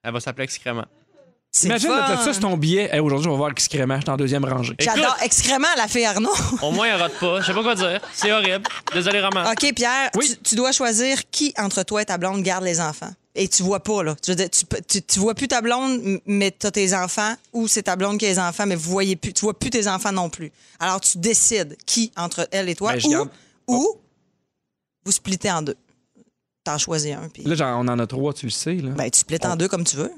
Elle va s'appeler excrément.
C'est
Imagine,
fun.
t'as ça sur ton billet. Hey, Aujourd'hui, on va voir le crémage, j'étais en deuxième rangée.
J'adore Excrément, la fille Arnaud.
Au moins, elle rote pas. Je sais pas quoi dire. C'est horrible. Désolé, Roman.
OK, Pierre,
Oui.
tu, tu dois choisir qui entre toi et ta blonde garde les enfants. Et tu vois pas, là. Tu, veux dire, tu, peux- tu- tu vois plus ta blonde, m- mais t'as tes enfants, ou c'est ta blonde qui a les enfants, mais vous voyez plus, tu vois plus tes enfants non plus. Alors, tu décides qui entre elle et toi,
Ben, je
ou,
garde-
ou vous splittez en deux. T'en choisis un, puis
Là, genre, on en a trois, tu le sais. Là.
ben, tu splits en deux comme tu veux.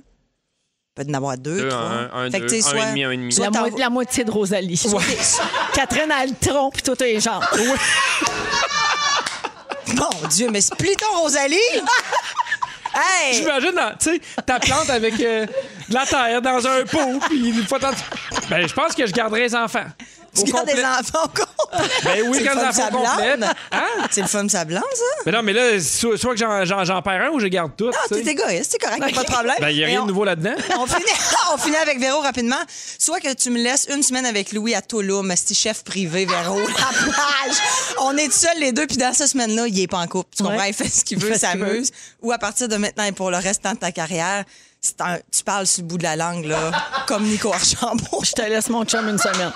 Peut en avoir deux,
Deux,
trois.
un, un,
Fait que
deux,
t'es
un
soit-
et demi, un et demi.
soit
La,
t'en-
mo- la moitié de Rosalie.
t'es-
Catherine a le tronc, puis toi, t'es genre.
Mon Dieu, mais splittons Rosalie! hey!
J'imagine, dans- tu sais, ta plante avec euh, de la terre dans un pot, puis une fois tant- Ben, je pense que je garderai les enfants.
Tu
Au
gardes
complet.
des enfants au complet.
Ben oui,
C'est le
quand
fun
les
de
enfants
sa blonde.
complètes. Hein? Ben,
C'est le fun de sa blonde, ça?
Mais non, mais là, soit, soit que j'en- j'en j'en perds un ou je garde tout.
Ah,
tu sais.
t'es égoïste, c'est correct, pas de problème.
Ben, il n'y a
Mais
rien
on-
de nouveau là-dedans.
On finit, on finit avec Véro rapidement. Soit que tu me laisses une semaine avec Louis à Touloum, petit chef privé, Véro, la plage. On est seuls les deux, puis dans cette semaine-là, il est pas en couple. Tu comprends?
Ouais.
Il fait ce qu'il
Il
veut,
fait ce qu'il
s'amuse. Ou à partir de maintenant et pour le restant de ta carrière, c'est un- tu parles sur le bout de la langue, là, comme Nico Archambault.
Je te laisse mon chum une semaine.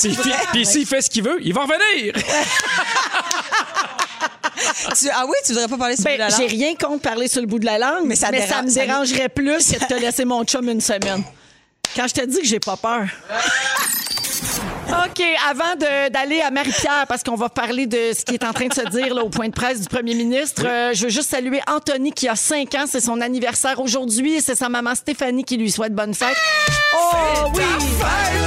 Puis puis- puis s'il fait ce qu'il veut, il va revenir.
Tu- ah oui, tu voudrais pas parler sur le bout
Ben,
de la
j'ai
langue?
rien contre parler sur le bout de la langue,
Mais
mais
ça
ça,
dérange-
me
ça-
dérangerait plus que de te laisser mon chum une semaine. Quand je te dis que j'ai pas peur. OK, avant de- d'aller à Marie-Pierre, parce qu'on va parler de ce qui est en train de se dire là, au point de presse du premier ministre, euh, je veux juste saluer Anthony qui a 5 ans. C'est son anniversaire aujourd'hui et c'est sa maman Stéphanie qui lui souhaite bonne fête. Oh oui!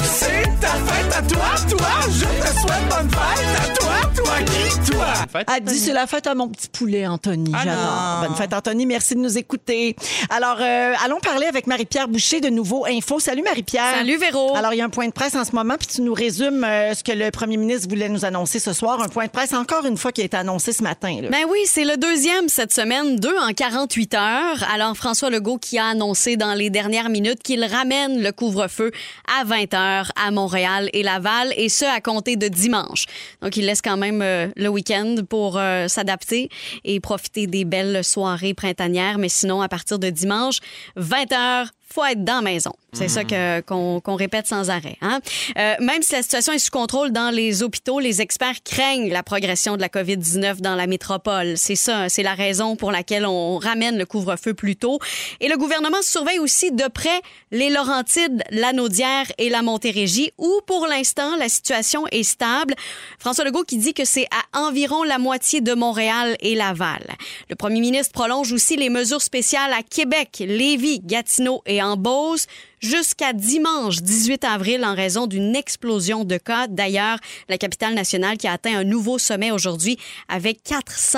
C'est ta fête à toi, toi, je te souhaite bonne fête à toi, toi qui, toi.
fête.
Elle dit c'est la fête à mon petit poulet, Anthony.
Ah
J'adore. Bonne fête, Anthony. Merci de nous écouter. Alors, euh, allons parler avec Marie-Pierre Boucher de Nouveau Info. Salut, Marie-Pierre.
Salut, Véro.
Alors, il y a un point de presse en ce moment, puis tu nous résumes euh, ce que le premier ministre voulait nous annoncer ce soir. Un point de presse, encore une fois, qui a été annoncé ce matin. là.
Ben oui, c'est le deuxième cette semaine, deux en 48 heures. Alors, François Legault qui a annoncé dans les dernières minutes qu'il ramène le couvre-feu à 20 heures à Montréal et Laval, et ce, à compter de dimanche. Donc, il laisse quand même euh, le week-end pour euh, s'adapter et profiter des belles soirées printanières. Mais sinon, à partir de dimanche, 20 heures, faut être dans la maison. C'est ça que- qu'on qu'on répète sans arrêt. hein. Euh, même si la situation est sous contrôle dans les hôpitaux, les experts craignent la progression de la COVID-19 dans la métropole. C'est ça, c'est la raison pour laquelle on ramène le couvre-feu plus tôt. Et le gouvernement surveille aussi de près les Laurentides, la Naudière et la Montérégie, où pour l'instant la situation est stable. François Legault qui dit que c'est à environ la moitié de Montréal et Laval. Le premier ministre prolonge aussi les mesures spéciales à Québec, Lévis, Gatineau et en Beauce jusqu'à dimanche 18 avril en raison d'une explosion de cas. D'ailleurs, la capitale nationale qui a atteint un nouveau sommet aujourd'hui avec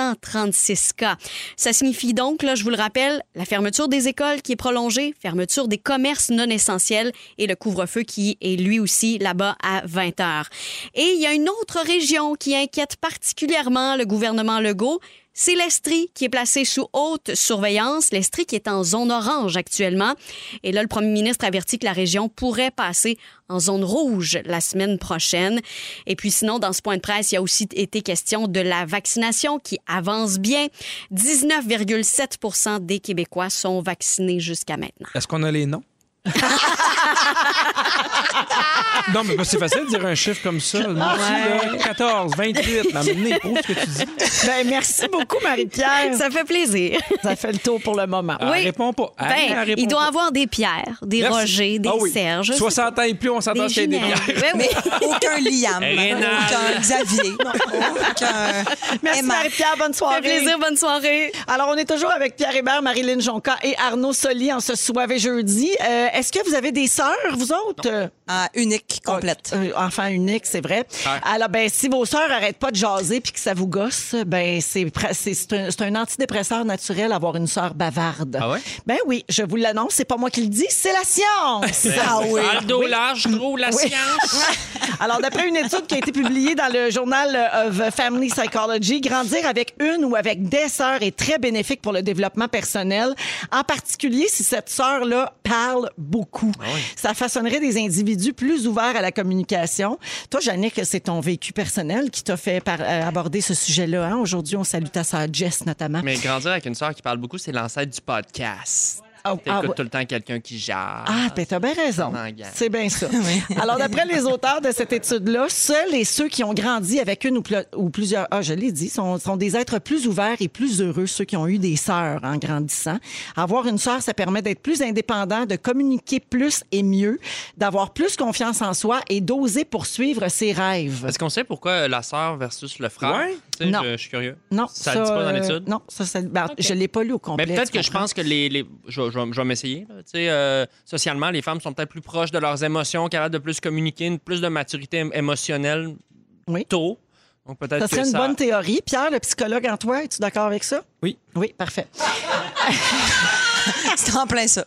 436 cas. Ça signifie donc, là, je vous le rappelle, la fermeture des écoles qui est prolongée, fermeture des commerces non essentiels et le couvre-feu qui est lui aussi là-bas à 20 heures. Et il y a une autre région qui inquiète particulièrement le gouvernement Legault. C'est l'Estrie qui est placée sous haute surveillance, l'Estrie qui est en zone orange actuellement. Et là, le premier ministre avertit que la région pourrait passer en zone rouge la semaine prochaine. Et puis sinon, dans ce point de presse, il y a aussi été question de la vaccination qui avance bien. 19,7 des Québécois sont vaccinés jusqu'à maintenant.
Est-ce qu'on a les noms? non, mais bah, c'est facile de dire un chiffre comme ça. Nous aussi, là, 14, 28, mais amenez, prouve ce que tu dis.
Ben, merci beaucoup, Marie-Pierre. Ça...
Ça fait plaisir.
fait le tour pour le moment.
Elle
Oui.
répond pas. Elle,
Ben,
elle répond
il doit
pas.
avoir des pierres, des
Merci.
Roger, des
Ah oui.
Serge.
60 ans et plus, on s'entend
des
qu'il y a des
Ginelle.
bières.
Ben oui.
Mais aucun Liam,
Rénal.
aucun Xavier, aucun
Merci,
Emma.
Marie-Pierre. Bonne
Ça
soirée.
fait plaisir, bonne soirée.
Alors, on est toujours avec Pierre Hébert, Marilyn Jonca et Arnaud Soli en ce soir et jeudi. Euh, Est-ce que vous avez des sœurs, vous autres? Euh,
Ah, unique, complète.
euh, enfant unique, c'est vrai. Alors, ben, si vos sœurs n'arrêtent pas de jaser puis que ça vous gosse, ben, c'est pra- c'est c'est un, c'est un antidépresseur naturel avoir une sœur bavarde.
Ah ouais?
Ben oui, je vous l'annonce, c'est pas moi qui le dis, c'est la science. ah oui.
Dans le dos large, gros, la
Oui.
science.
Alors, d'après une étude qui a été publiée dans le journal euh, of Family Psychology, grandir avec une ou avec des sœurs est très bénéfique pour le développement personnel, en particulier si cette sœur-là parle beaucoup.
Ah
Ça façonnerait des individus plus ouverts à la communication. Toi, Jannick, c'est ton vécu personnel qui t'a fait par- euh, aborder ce sujet-là. hein. Aujourd'hui, on salue ta sœur Jess, notamment.
Mais grandir avec une sœur qui parle beaucoup, c'est l'ancêtre du podcast.
Ah,
T'écoutes
ah, ouais.
tout le temps quelqu'un qui gère.
Ah, ben t'as bien raison.
Pendant la guerre.
C'est bien ça. Alors, d'après les auteurs de cette étude-là, seuls et ceux qui ont grandi avec une ou, pl- ou plusieurs... Ah, je l'ai dit, sont, sont des êtres plus ouverts et plus heureux, ceux qui ont eu des sœurs en grandissant. Avoir une sœur, ça permet d'être plus indépendant, de communiquer plus et mieux, d'avoir plus confiance en soi et d'oser poursuivre ses rêves.
Est-ce qu'on sait pourquoi euh, la sœur versus le frère?
Ouais.
Tu sais,
Non.
Je, je suis curieux.
Non,
Ça le dit pas dans
euh,
l'étude?
Non, ça, ça- ben, je l'ai pas lu au complet.
Mais peut-être
tu
que je
comprends.
pense que les. les- Je, vais- je vais- je vais m'essayer. là. Tu sais, euh, socialement, les femmes sont peut-être plus proches de leurs émotions, capables de plus communiquer, une plus de maturité é- émotionnelle
Oui.
tôt. Donc peut-être
Ça
que
serait une
ça-
bonne théorie. Pierre, le psychologue en toi, es-tu d'accord avec ça?
Oui.
Oui, parfait.
C'est en plein ça.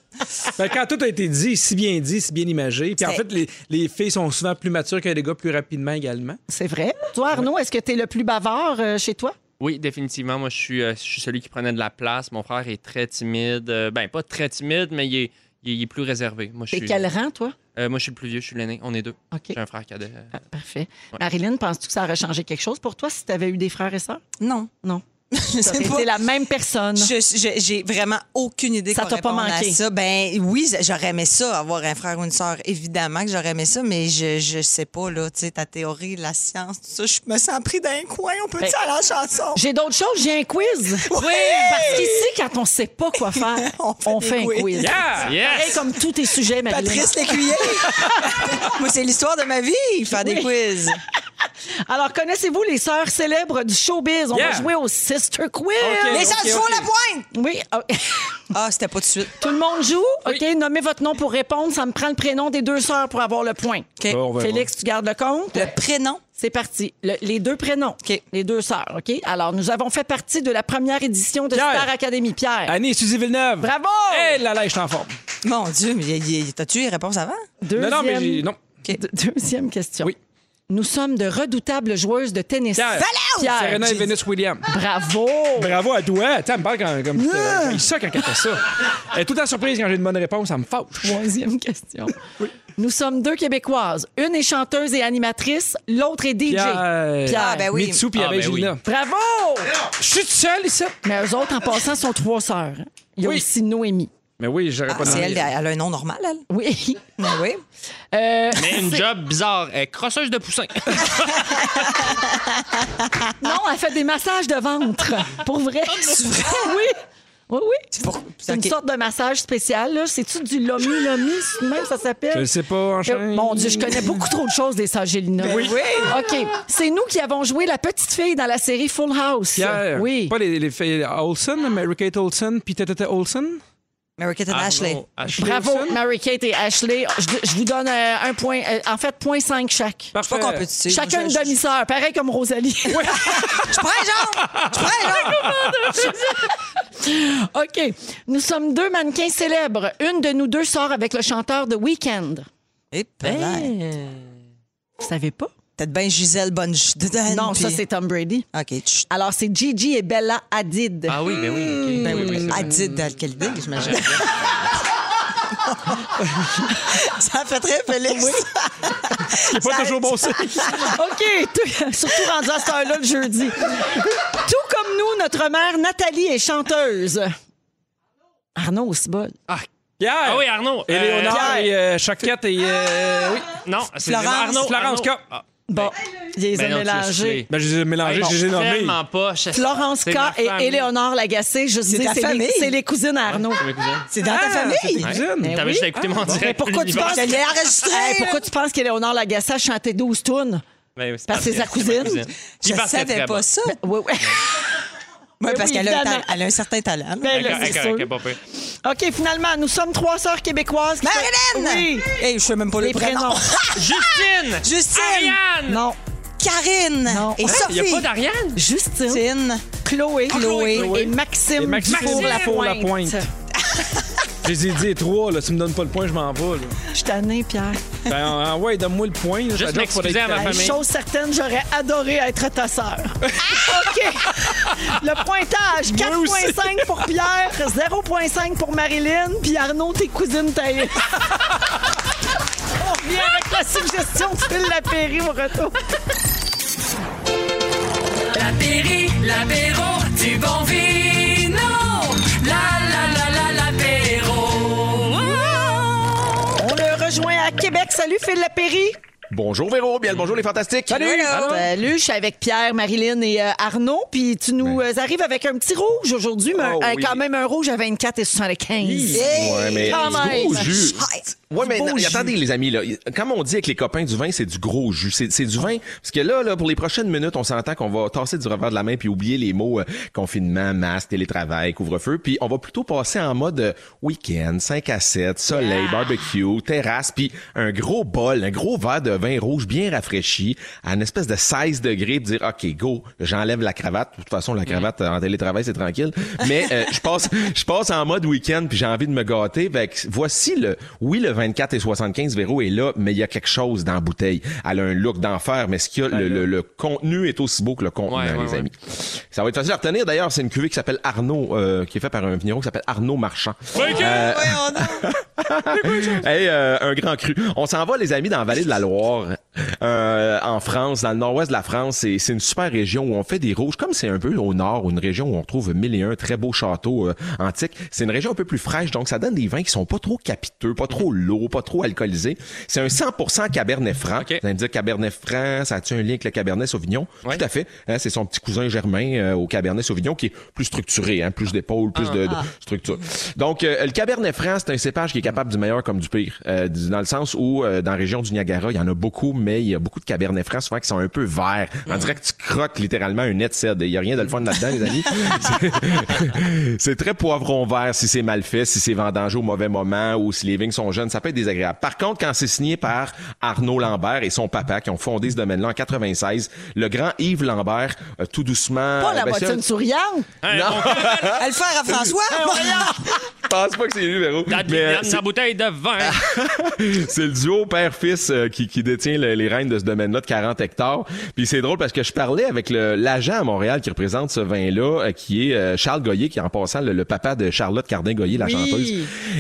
Ben, quand tout a été dit, si bien dit, si bien imagé. Puis en
C'est-
fait, les, les filles sont souvent plus matures que les gars plus rapidement également.
C'est vrai. Toi, Arnaud, est-ce que tu es le plus bavard euh, chez toi?
Oui, définitivement. Moi, je suis, euh, je suis celui qui prenait de la place. Mon frère est très timide. Euh, ben, pas très timide, mais il est, il est- il est plus réservé. Moi je,
T'es
suis,
quel rang, toi?
euh, moi, je suis le plus vieux, je suis l'aîné. On est deux.
OK.
J'ai un frère cadet. Euh,
Ah, parfait. Marilyn, penses-tu que ça aurait changé quelque chose pour toi si tu avais eu des frères et sœurs?
Non.
Non.
Je sais pas.
T'es la même personne.
Je- je- J'ai vraiment aucune idée
Ça
qu'on
t'a pas
réponde à
manqué?
ça. Ben oui, j'aurais aimé ça, avoir un frère ou une sœur. Évidemment que j'aurais aimé ça, mais je, je sais pas, là, tu sais, ta théorie, la science, tout ça, je me sens pris d'un coin. On peut-tu
Ben-
aller à la chanson?
J'ai d'autres choses, j'ai un quiz. Oui! Parce qu'ici, quand on sait pas quoi faire, on
On
fait,
fait des
un
quiz.
quiz.
Ah!
Pareil
Yes!
comme tous tes sujets, Marilyn.
Patrice Lécuyer! Moi, c'est l'histoire de ma vie, faire des quiz.
Alors, connaissez-vous les sœurs célèbres du showbiz? On
Yeah.
va jouer au Sister Quiz.
OK.
Les gens
ok,
se font
ok.
la pointe!
Oui. ah-
Ah, c'était pas de suite.
Tout le monde joue? OK, nommez votre nom pour répondre. Ça me prend le prénom des deux sœurs pour avoir le point.
OK.
Bon, on verra.
Félix, tu gardes le compte?
Le prénom.
C'est parti. Le- les deux prénoms.
OK.
Les deux sœurs, OK? Alors, nous avons fait partie de la première édition de
Pierre.
Star Academy. Pierre.
Annie et Suzy Villeneuve.
Bravo!
Hé, là, là, je suis en forme.
Mon Dieu, mais il- il- t'as-tu les réponses avant?
Deuxième,
Non, non, mais j'ai- non.
De- Deuxième question.
Oui.
Nous sommes de redoutables joueuses de tennis.
Pierre.
Pierre.
Serena et Venus Williams.
Bravo!
Bravo à toi. Attends, elle me parle quand, comme.
Ah!
euh, Il sait quand elle fait ça. Elle est tout le temps surprise quand j'ai une bonne réponse, ça me fâche.
Troisième question. Nous sommes deux Québécoises. Une est chanteuse et animatrice, l'autre est DJ.
Pierre. euh,
Pierre.
Ah, ben oui.
Mitsu puis
Ah,
avec
ben oui.
Gina.
Bravo!
Je suis tout seul ici.
Mais eux autres, en passant, sont trois sœurs. hein. Il y a
Oui.
aussi Noémie.
Mais oui, j'aurais pas
Ah, C'est
demandé.
elle, elle a un nom normal, elle.
Oui.
Ah oui.
Euh,
Mais une job bizarre. Elle est crosseuse de poussin.
non, elle fait des massages de ventre. Pour vrai.
Oh,
Ah Oui. Oui, oui.
Pour-
C'est
OK.
une sorte de massage spécial. là. C'est-tu du lomi, lomi, c'est même ça s'appelle?
Je le sais pas, enchaîne.
Oh,
Euh, Mon Dieu, je connais beaucoup trop de choses des sœurs Gélina.
Oui. Oui.
OK. C'est nous qui avons joué la petite fille dans la série Full House.
Pierre.
Oui.
Pas les, les filles Olsen, mais Ricky Olsen puis Tata Olsen.
Mary-Kate and
Ah,
Ashley.
Oh,
non, Ashley.
Bravo,
Wilson.
Mary-Kate et Ashley. Je, je vous donne euh, un point. euh, en fait, point 5
Ah,
chaque.
Je sais pas qu'on peut tu sais,
Chacun
je-
une
je-
demi-sœur, pareil comme Rosalie.
Je prends un genre! Je prends un genre!
OK. Nous sommes deux mannequins célèbres. Une de nous deux sort avec le chanteur de Weekend.
Et ben,
Vous savez pas?
peut-être bien ben Gisèle Bonne.
Non, ça, c'est Tom Brady.
OK, chut.
Alors, c'est Gigi et Bella Hadid.
Ah oui, ben oui. ok.
Ben oui,
c'est
oui.
vrai.
Adid d'Alcalidé, j'imagine. ça fait très Félix.
C'est pas toujours bon signe.
OK, tout- surtout rendu à cette heure-là le jeudi. Tout comme nous, notre mère Nathalie est chanteuse. Arnaud aussi bol.
Pierre.
Ah oui, Arnaud.
Et
Euh,
Léonard
Pierre.
et euh, Choquette et. euh, oui.
Non, c'est
Florence.
Arnaud.
Florence
Arnaud.
K.
Ah,
Bon, il les a
ben non, tu l'as
mélangés.
soufflé.
Ben, je les ai mélangés,
Bon,
je les ai nommés.
Tellement pas. Je-
Florence
c'est
K
ma
et
famille.
Éléonore Lagacé, je dis,
ta
c'est les,
famille?
c'est les cousines à Arnaud.
C'est mes cousines.
C'est dans ta
Ah, c'est
famille.
des
Ouais.
cousines.
Ben
T'avais
oui.
juste à écouter mon direct.
Mais pourquoi tu
L'univers.
penses
Je l'ai enregistré.
Hey,
là.
pourquoi tu penses qu'Éléonore Lagacé a chanté 12 tunes?
Ben oui, c'est
Parce que c'est sa
ma
cousine.
Puis
Je
parce qu'elle est
savais
très
pas
bonne.
ça.
Oui, oui.
Ouais,
Mais
parce
oui,
qu'elle a, un
évidemment.
ta- elle a un certain talent.
Ben
Elle
là,
est
c'est
correcte,
sûr.
elle est pas pire.
OK, finalement, nous sommes trois sœurs québécoises. qui-
Marilyn!
Oui.
Hey, je sais même pas
Les
le prénom.
prénoms.
Justine!
Justine!
Ariane!
Non.
Karine!
Non.
Et
Ouais,
Sophie!
Il a pas d'Ariane?
Justine,
Christine.
Chloé,
Chloé.
et Maxime,
Et Maxime
Fourlapointe.
Fourlapointe. Je les ai dit les trois, là. Si tu me donnes pas le point, je m'en vais, là.
Je suis tannée, Pierre.
Ben, ah ouais, donne-moi le point. là.
Juste
Ça doit être-
m'excuser à ma
Hey,
famille.
chose certaine, j'aurais adoré être ta sœur. OK. Le pointage, 4,5 pour Pierre, 0,5 pour Marilyn, puis Arnaud, tes cousines taillées. On revient avec la suggestion de Phil Lapéry au retour.
La Péri, l'apéro du bon vino. La la la la l'apéro.
On le rejoint à Québec. Salut, Phil Lapéry.
Bonjour Véro, bien le bonjour les fantastiques.
Salut, je suis avec Pierre, Marilyn et euh, Arnaud. Puis tu nous euh, arrives avec un petit rouge aujourd'hui, mais un-
Ben. Oh,
un-
oui.
quand même un rouge à 24 et 75.
Ouais, mais
Quand
du
même.
gros jus. Ouais, mais
beau
non,
jus.
attendez, les amis, là. Comme on dit avec les copains du vin, c'est du gros jus. C'est c'est du vin. Parce que là, là, pour les prochaines minutes, on s'entend qu'on va tasser du revers de la main puis oublier les mots euh, confinement, masque, télétravail, couvre-feu. Puis on va plutôt passer en mode euh, week-end, 5 à 7, soleil, barbecue, terrasse, puis un gros bol, un gros verre de vin rouge bien rafraîchi à une espèce de 16 degrés puis dire, OK, go, j'enlève la cravate. De toute façon,
Mm.
la cravate euh, en télétravail, c'est tranquille. Mais euh, je passe, je passe en mode week-end puis j'ai envie de me gâter. Fait que voici le, oui, le 24 et 75 Véro est là, mais il y a quelque chose dans la bouteille. Elle a un look d'enfer, mais ce qu'il y a, le, le- le contenu est aussi beau que le contenu,
Ouais,
hein,
ouais,
les
ouais.
amis. Ça va être facile à retenir. D'ailleurs, c'est une cuvée qui s'appelle Arnaud, euh, qui est faite par un vigneron qui s'appelle Arnaud Marchand. Euh,
Voyons donc.
Hey, euh, un grand cru. On s'en va, les amis, dans la vallée de la Loire, euh, en France, dans le nord-ouest de la France. C'est c'est une super région où on fait des rouges. Comme c'est un peu au nord, une région où on trouve mille et un très beaux châteaux euh, antiques, c'est une région un peu plus fraîche, donc ça donne des vins qui sont pas trop capiteux, pas trop
Mhm.
lourds, pas trop alcoolisés. C'est un 100% Cabernet Franc.
Ok.
Vous allez me dire Cabernet Franc, ça a-tu un lien avec le Cabernet Sauvignon?
Ouais.
Tout à fait. Hein, c'est son petit cousin Germain euh, au Cabernet Sauvignon qui est plus structuré, hein, plus d'épaule,
Ah,
plus de, de structure. Donc, euh, le Cabernet Franc, c'est un cépage qui est capable du meilleur comme du pire. euh, du- dans le sens où, euh, dans la région du Niagara, il y en a beaucoup, mais il y a beaucoup de Cabernet Franc souvent qui sont un peu verts. On dirait que tu croque littéralement un net Il n'y a rien de le fun là-dedans, les amis. C'est- c'est très poivron vert si c'est mal fait, si c'est vendangé au mauvais moment ou si les vignes sont jeunes. Ça peut être désagréable. Par contre, quand c'est signé par Arnaud Lambert et son papa qui ont fondé ce domaine-là en 96, le grand Yves Lambert, euh, tout doucement...
Pas la
ben, c'est un-
bottine souriante.
À le faire à François.
Ben,
Je pense pas que Ah, c'est lui, Véro.
La,
Mais, euh, c'est-
la bouteille de vin.
Ah.
C'est le duo père-fils euh, qui, qui détient le- les rênes de ce domaine-là de 40 hectares. Puis c'est drôle parce que je parlais avec le- l'agent à Montréal qui représente ce vin-là, euh, qui est euh, Charles Goyer, qui est en passant le, le papa de Charlotte Cardin-Goyer, la
Oui.
chanteuse.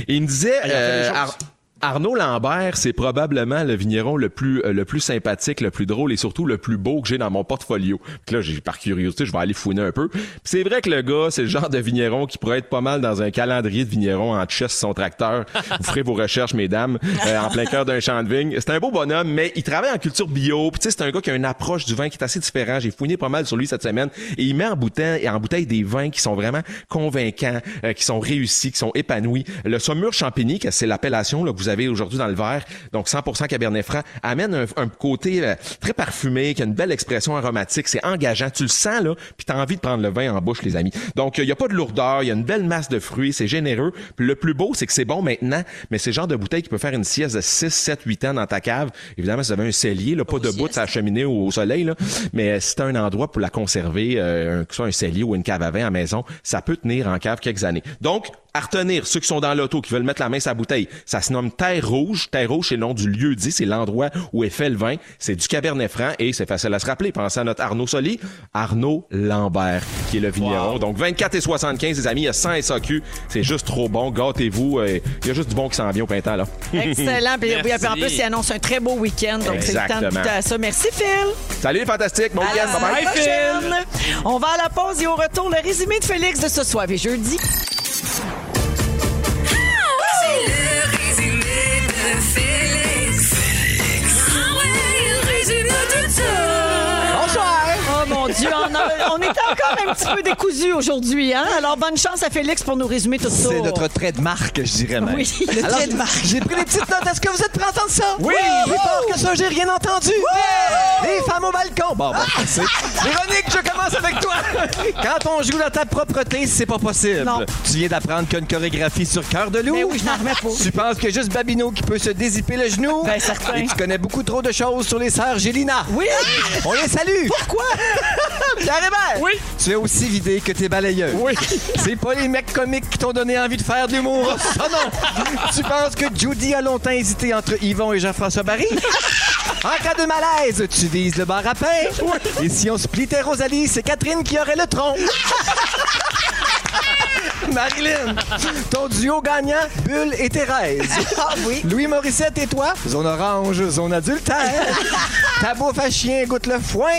Et il me disait... euh, Ar- Arnaud Lambert, c'est probablement le vigneron le plus euh, le plus sympathique, le plus drôle et surtout le plus beau que j'ai dans mon portfolio. Puis là, j'ai par curiosité, je vais aller fouiner un peu. Puis c'est vrai que le gars, c'est le genre de vigneron qui pourrait être pas mal dans un calendrier de vigneron en chess son tracteur. Vous ferez vos recherches, mesdames, euh, en plein cœur d'un champ de vigne. C'est un beau bonhomme, mais il travaille en culture bio. Puis tu sais, c'est un gars qui a une approche du vin qui est assez différente. J'ai fouiné pas mal sur lui cette semaine et il met en bouteille, en bouteille des vins qui sont vraiment convaincants, euh, qui sont réussis, qui sont épanouis. Le Saumur Champigny, que c'est l'appellation là, que vous avez aujourd'hui dans le verre, donc 100% Cabernet Franc, amène un, un côté euh, très parfumé, qui a une belle expression aromatique, c'est engageant. Tu le sens, là, puis t'as envie de prendre le vin en bouche, les amis. Donc, il n'y a pas de lourdeur, il y a une belle masse de fruits, c'est généreux. Puis le plus beau, c'est que c'est bon maintenant, mais c'est le genre de bouteille qui peut faire une sieste de 6, 7, 8 ans dans ta cave. Évidemment, si vous avez un cellier, là, pas debout de sa cheminée au, au soleil, là, mais euh, si t'as un endroit pour la conserver, euh, un- que ce soit un cellier ou une cave à vin à maison, ça peut tenir en cave quelques années. Donc, à retenir, ceux qui sont dans l'auto, qui veulent mettre la main sur la bouteille, ça se nomme Terre Rouge. Terre Rouge, c'est le nom du lieu dit, c'est l'endroit où est fait le vin. C'est du Cabernet Franc et c'est facile à se rappeler. Pensez à notre Arnaud Soli, Arnaud Lambert, qui est le vigneron. Donc 24 et 75, les amis, il y a 100 SAQ. C'est juste trop bon. Gâtez-vous. euh, Il y a juste du bon qui s'en vient au printemps, là.
Excellent. Puis, oui, puis en plus, il annonce un très beau week-end. Donc, c'est le temps de
Exactement.
goûter à ça. Merci, Phil.
Salut les fantastiques. Bon week-end. Bye-bye.
Bye, Phil. On va à la pause et au retour, le résumé de Félix de ce soir et jeudi.
C'est le résumé de Félix. Félix. Ah ouais, il résume tout ça.
Bonsoir. Oh mon Dieu, on, a- on est encore un petit peu décousu aujourd'hui. Hein? Alors, bonne chance à Félix pour nous résumer tout ça.
C'est notre trait de marque, je dirais même.
Oui.
Le trait de marque. J'ai pris des petites notes. Est-ce que vous êtes prêts à entendre ça? Oui! Plus fort que ça, j'ai rien entendu. Les femmes au balcon. Bon, ben, c'est... Véronique, je commence avec toi. Quand on joue dans ta propreté, c'est pas possible.
Non.
Tu viens d'apprendre qu'une chorégraphie sur cœur de loup.
Mais oui, je m'en remets pas.
Tu penses que juste Babino qui peut se dézipper le genou?
Ben, certain.
Et tu connais beaucoup trop de choses sur les sœurs Gélina.
Oui.
On les salue. Pourquoi? Pierre Hébert.
Oui.
Tu es aussi vidé que tes balayeurs. Oui. C'est pas les mecs comiques qui t'ont donné envie de faire de l'humour. Ça non. tu penses que Judy a longtemps hésité entre Yvon et Jean-François Barry? En cas de malaise, tu vises le bar à pain. Et si on splittait Rosalie, c'est Catherine qui aurait le tronc. Marilyn, ton duo gagnant, Bulle et Thérèse.
Ah oui.
Louis Morissette et toi, zone orange, zone adultère. Ta bouffe à chien goûte le foin.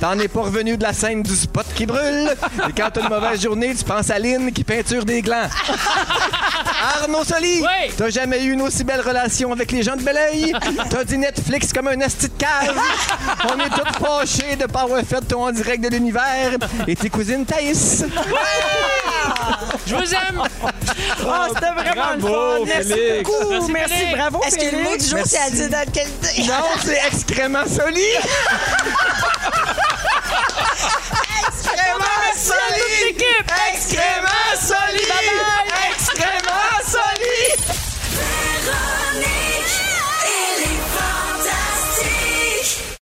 T'en es pas revenu de la scène du spot qui brûle. Et quand t'as une mauvaise journée, tu penses à Lynn qui peinture des glands. Arnaud Soli, t'as jamais eu une aussi belle relation avec les gens de Belleuil. T'as dit Netflix comme un asti de cave. On est tous fâchés de pas avoir fait ton en direct de l'univers. Et tes cousines Thaïs.
Je vous aime.
Ah, c'était vraiment le
Bravo,
fun. Merci
Félix.
beaucoup. Merci,
Merci,
bravo,
Est-ce que le mot du
Félix.
jour, c'est à dire dans le qualité?
Non, c'est excrément solide.
Vraiment
Merci à toute l'équipe.
Excrément solide.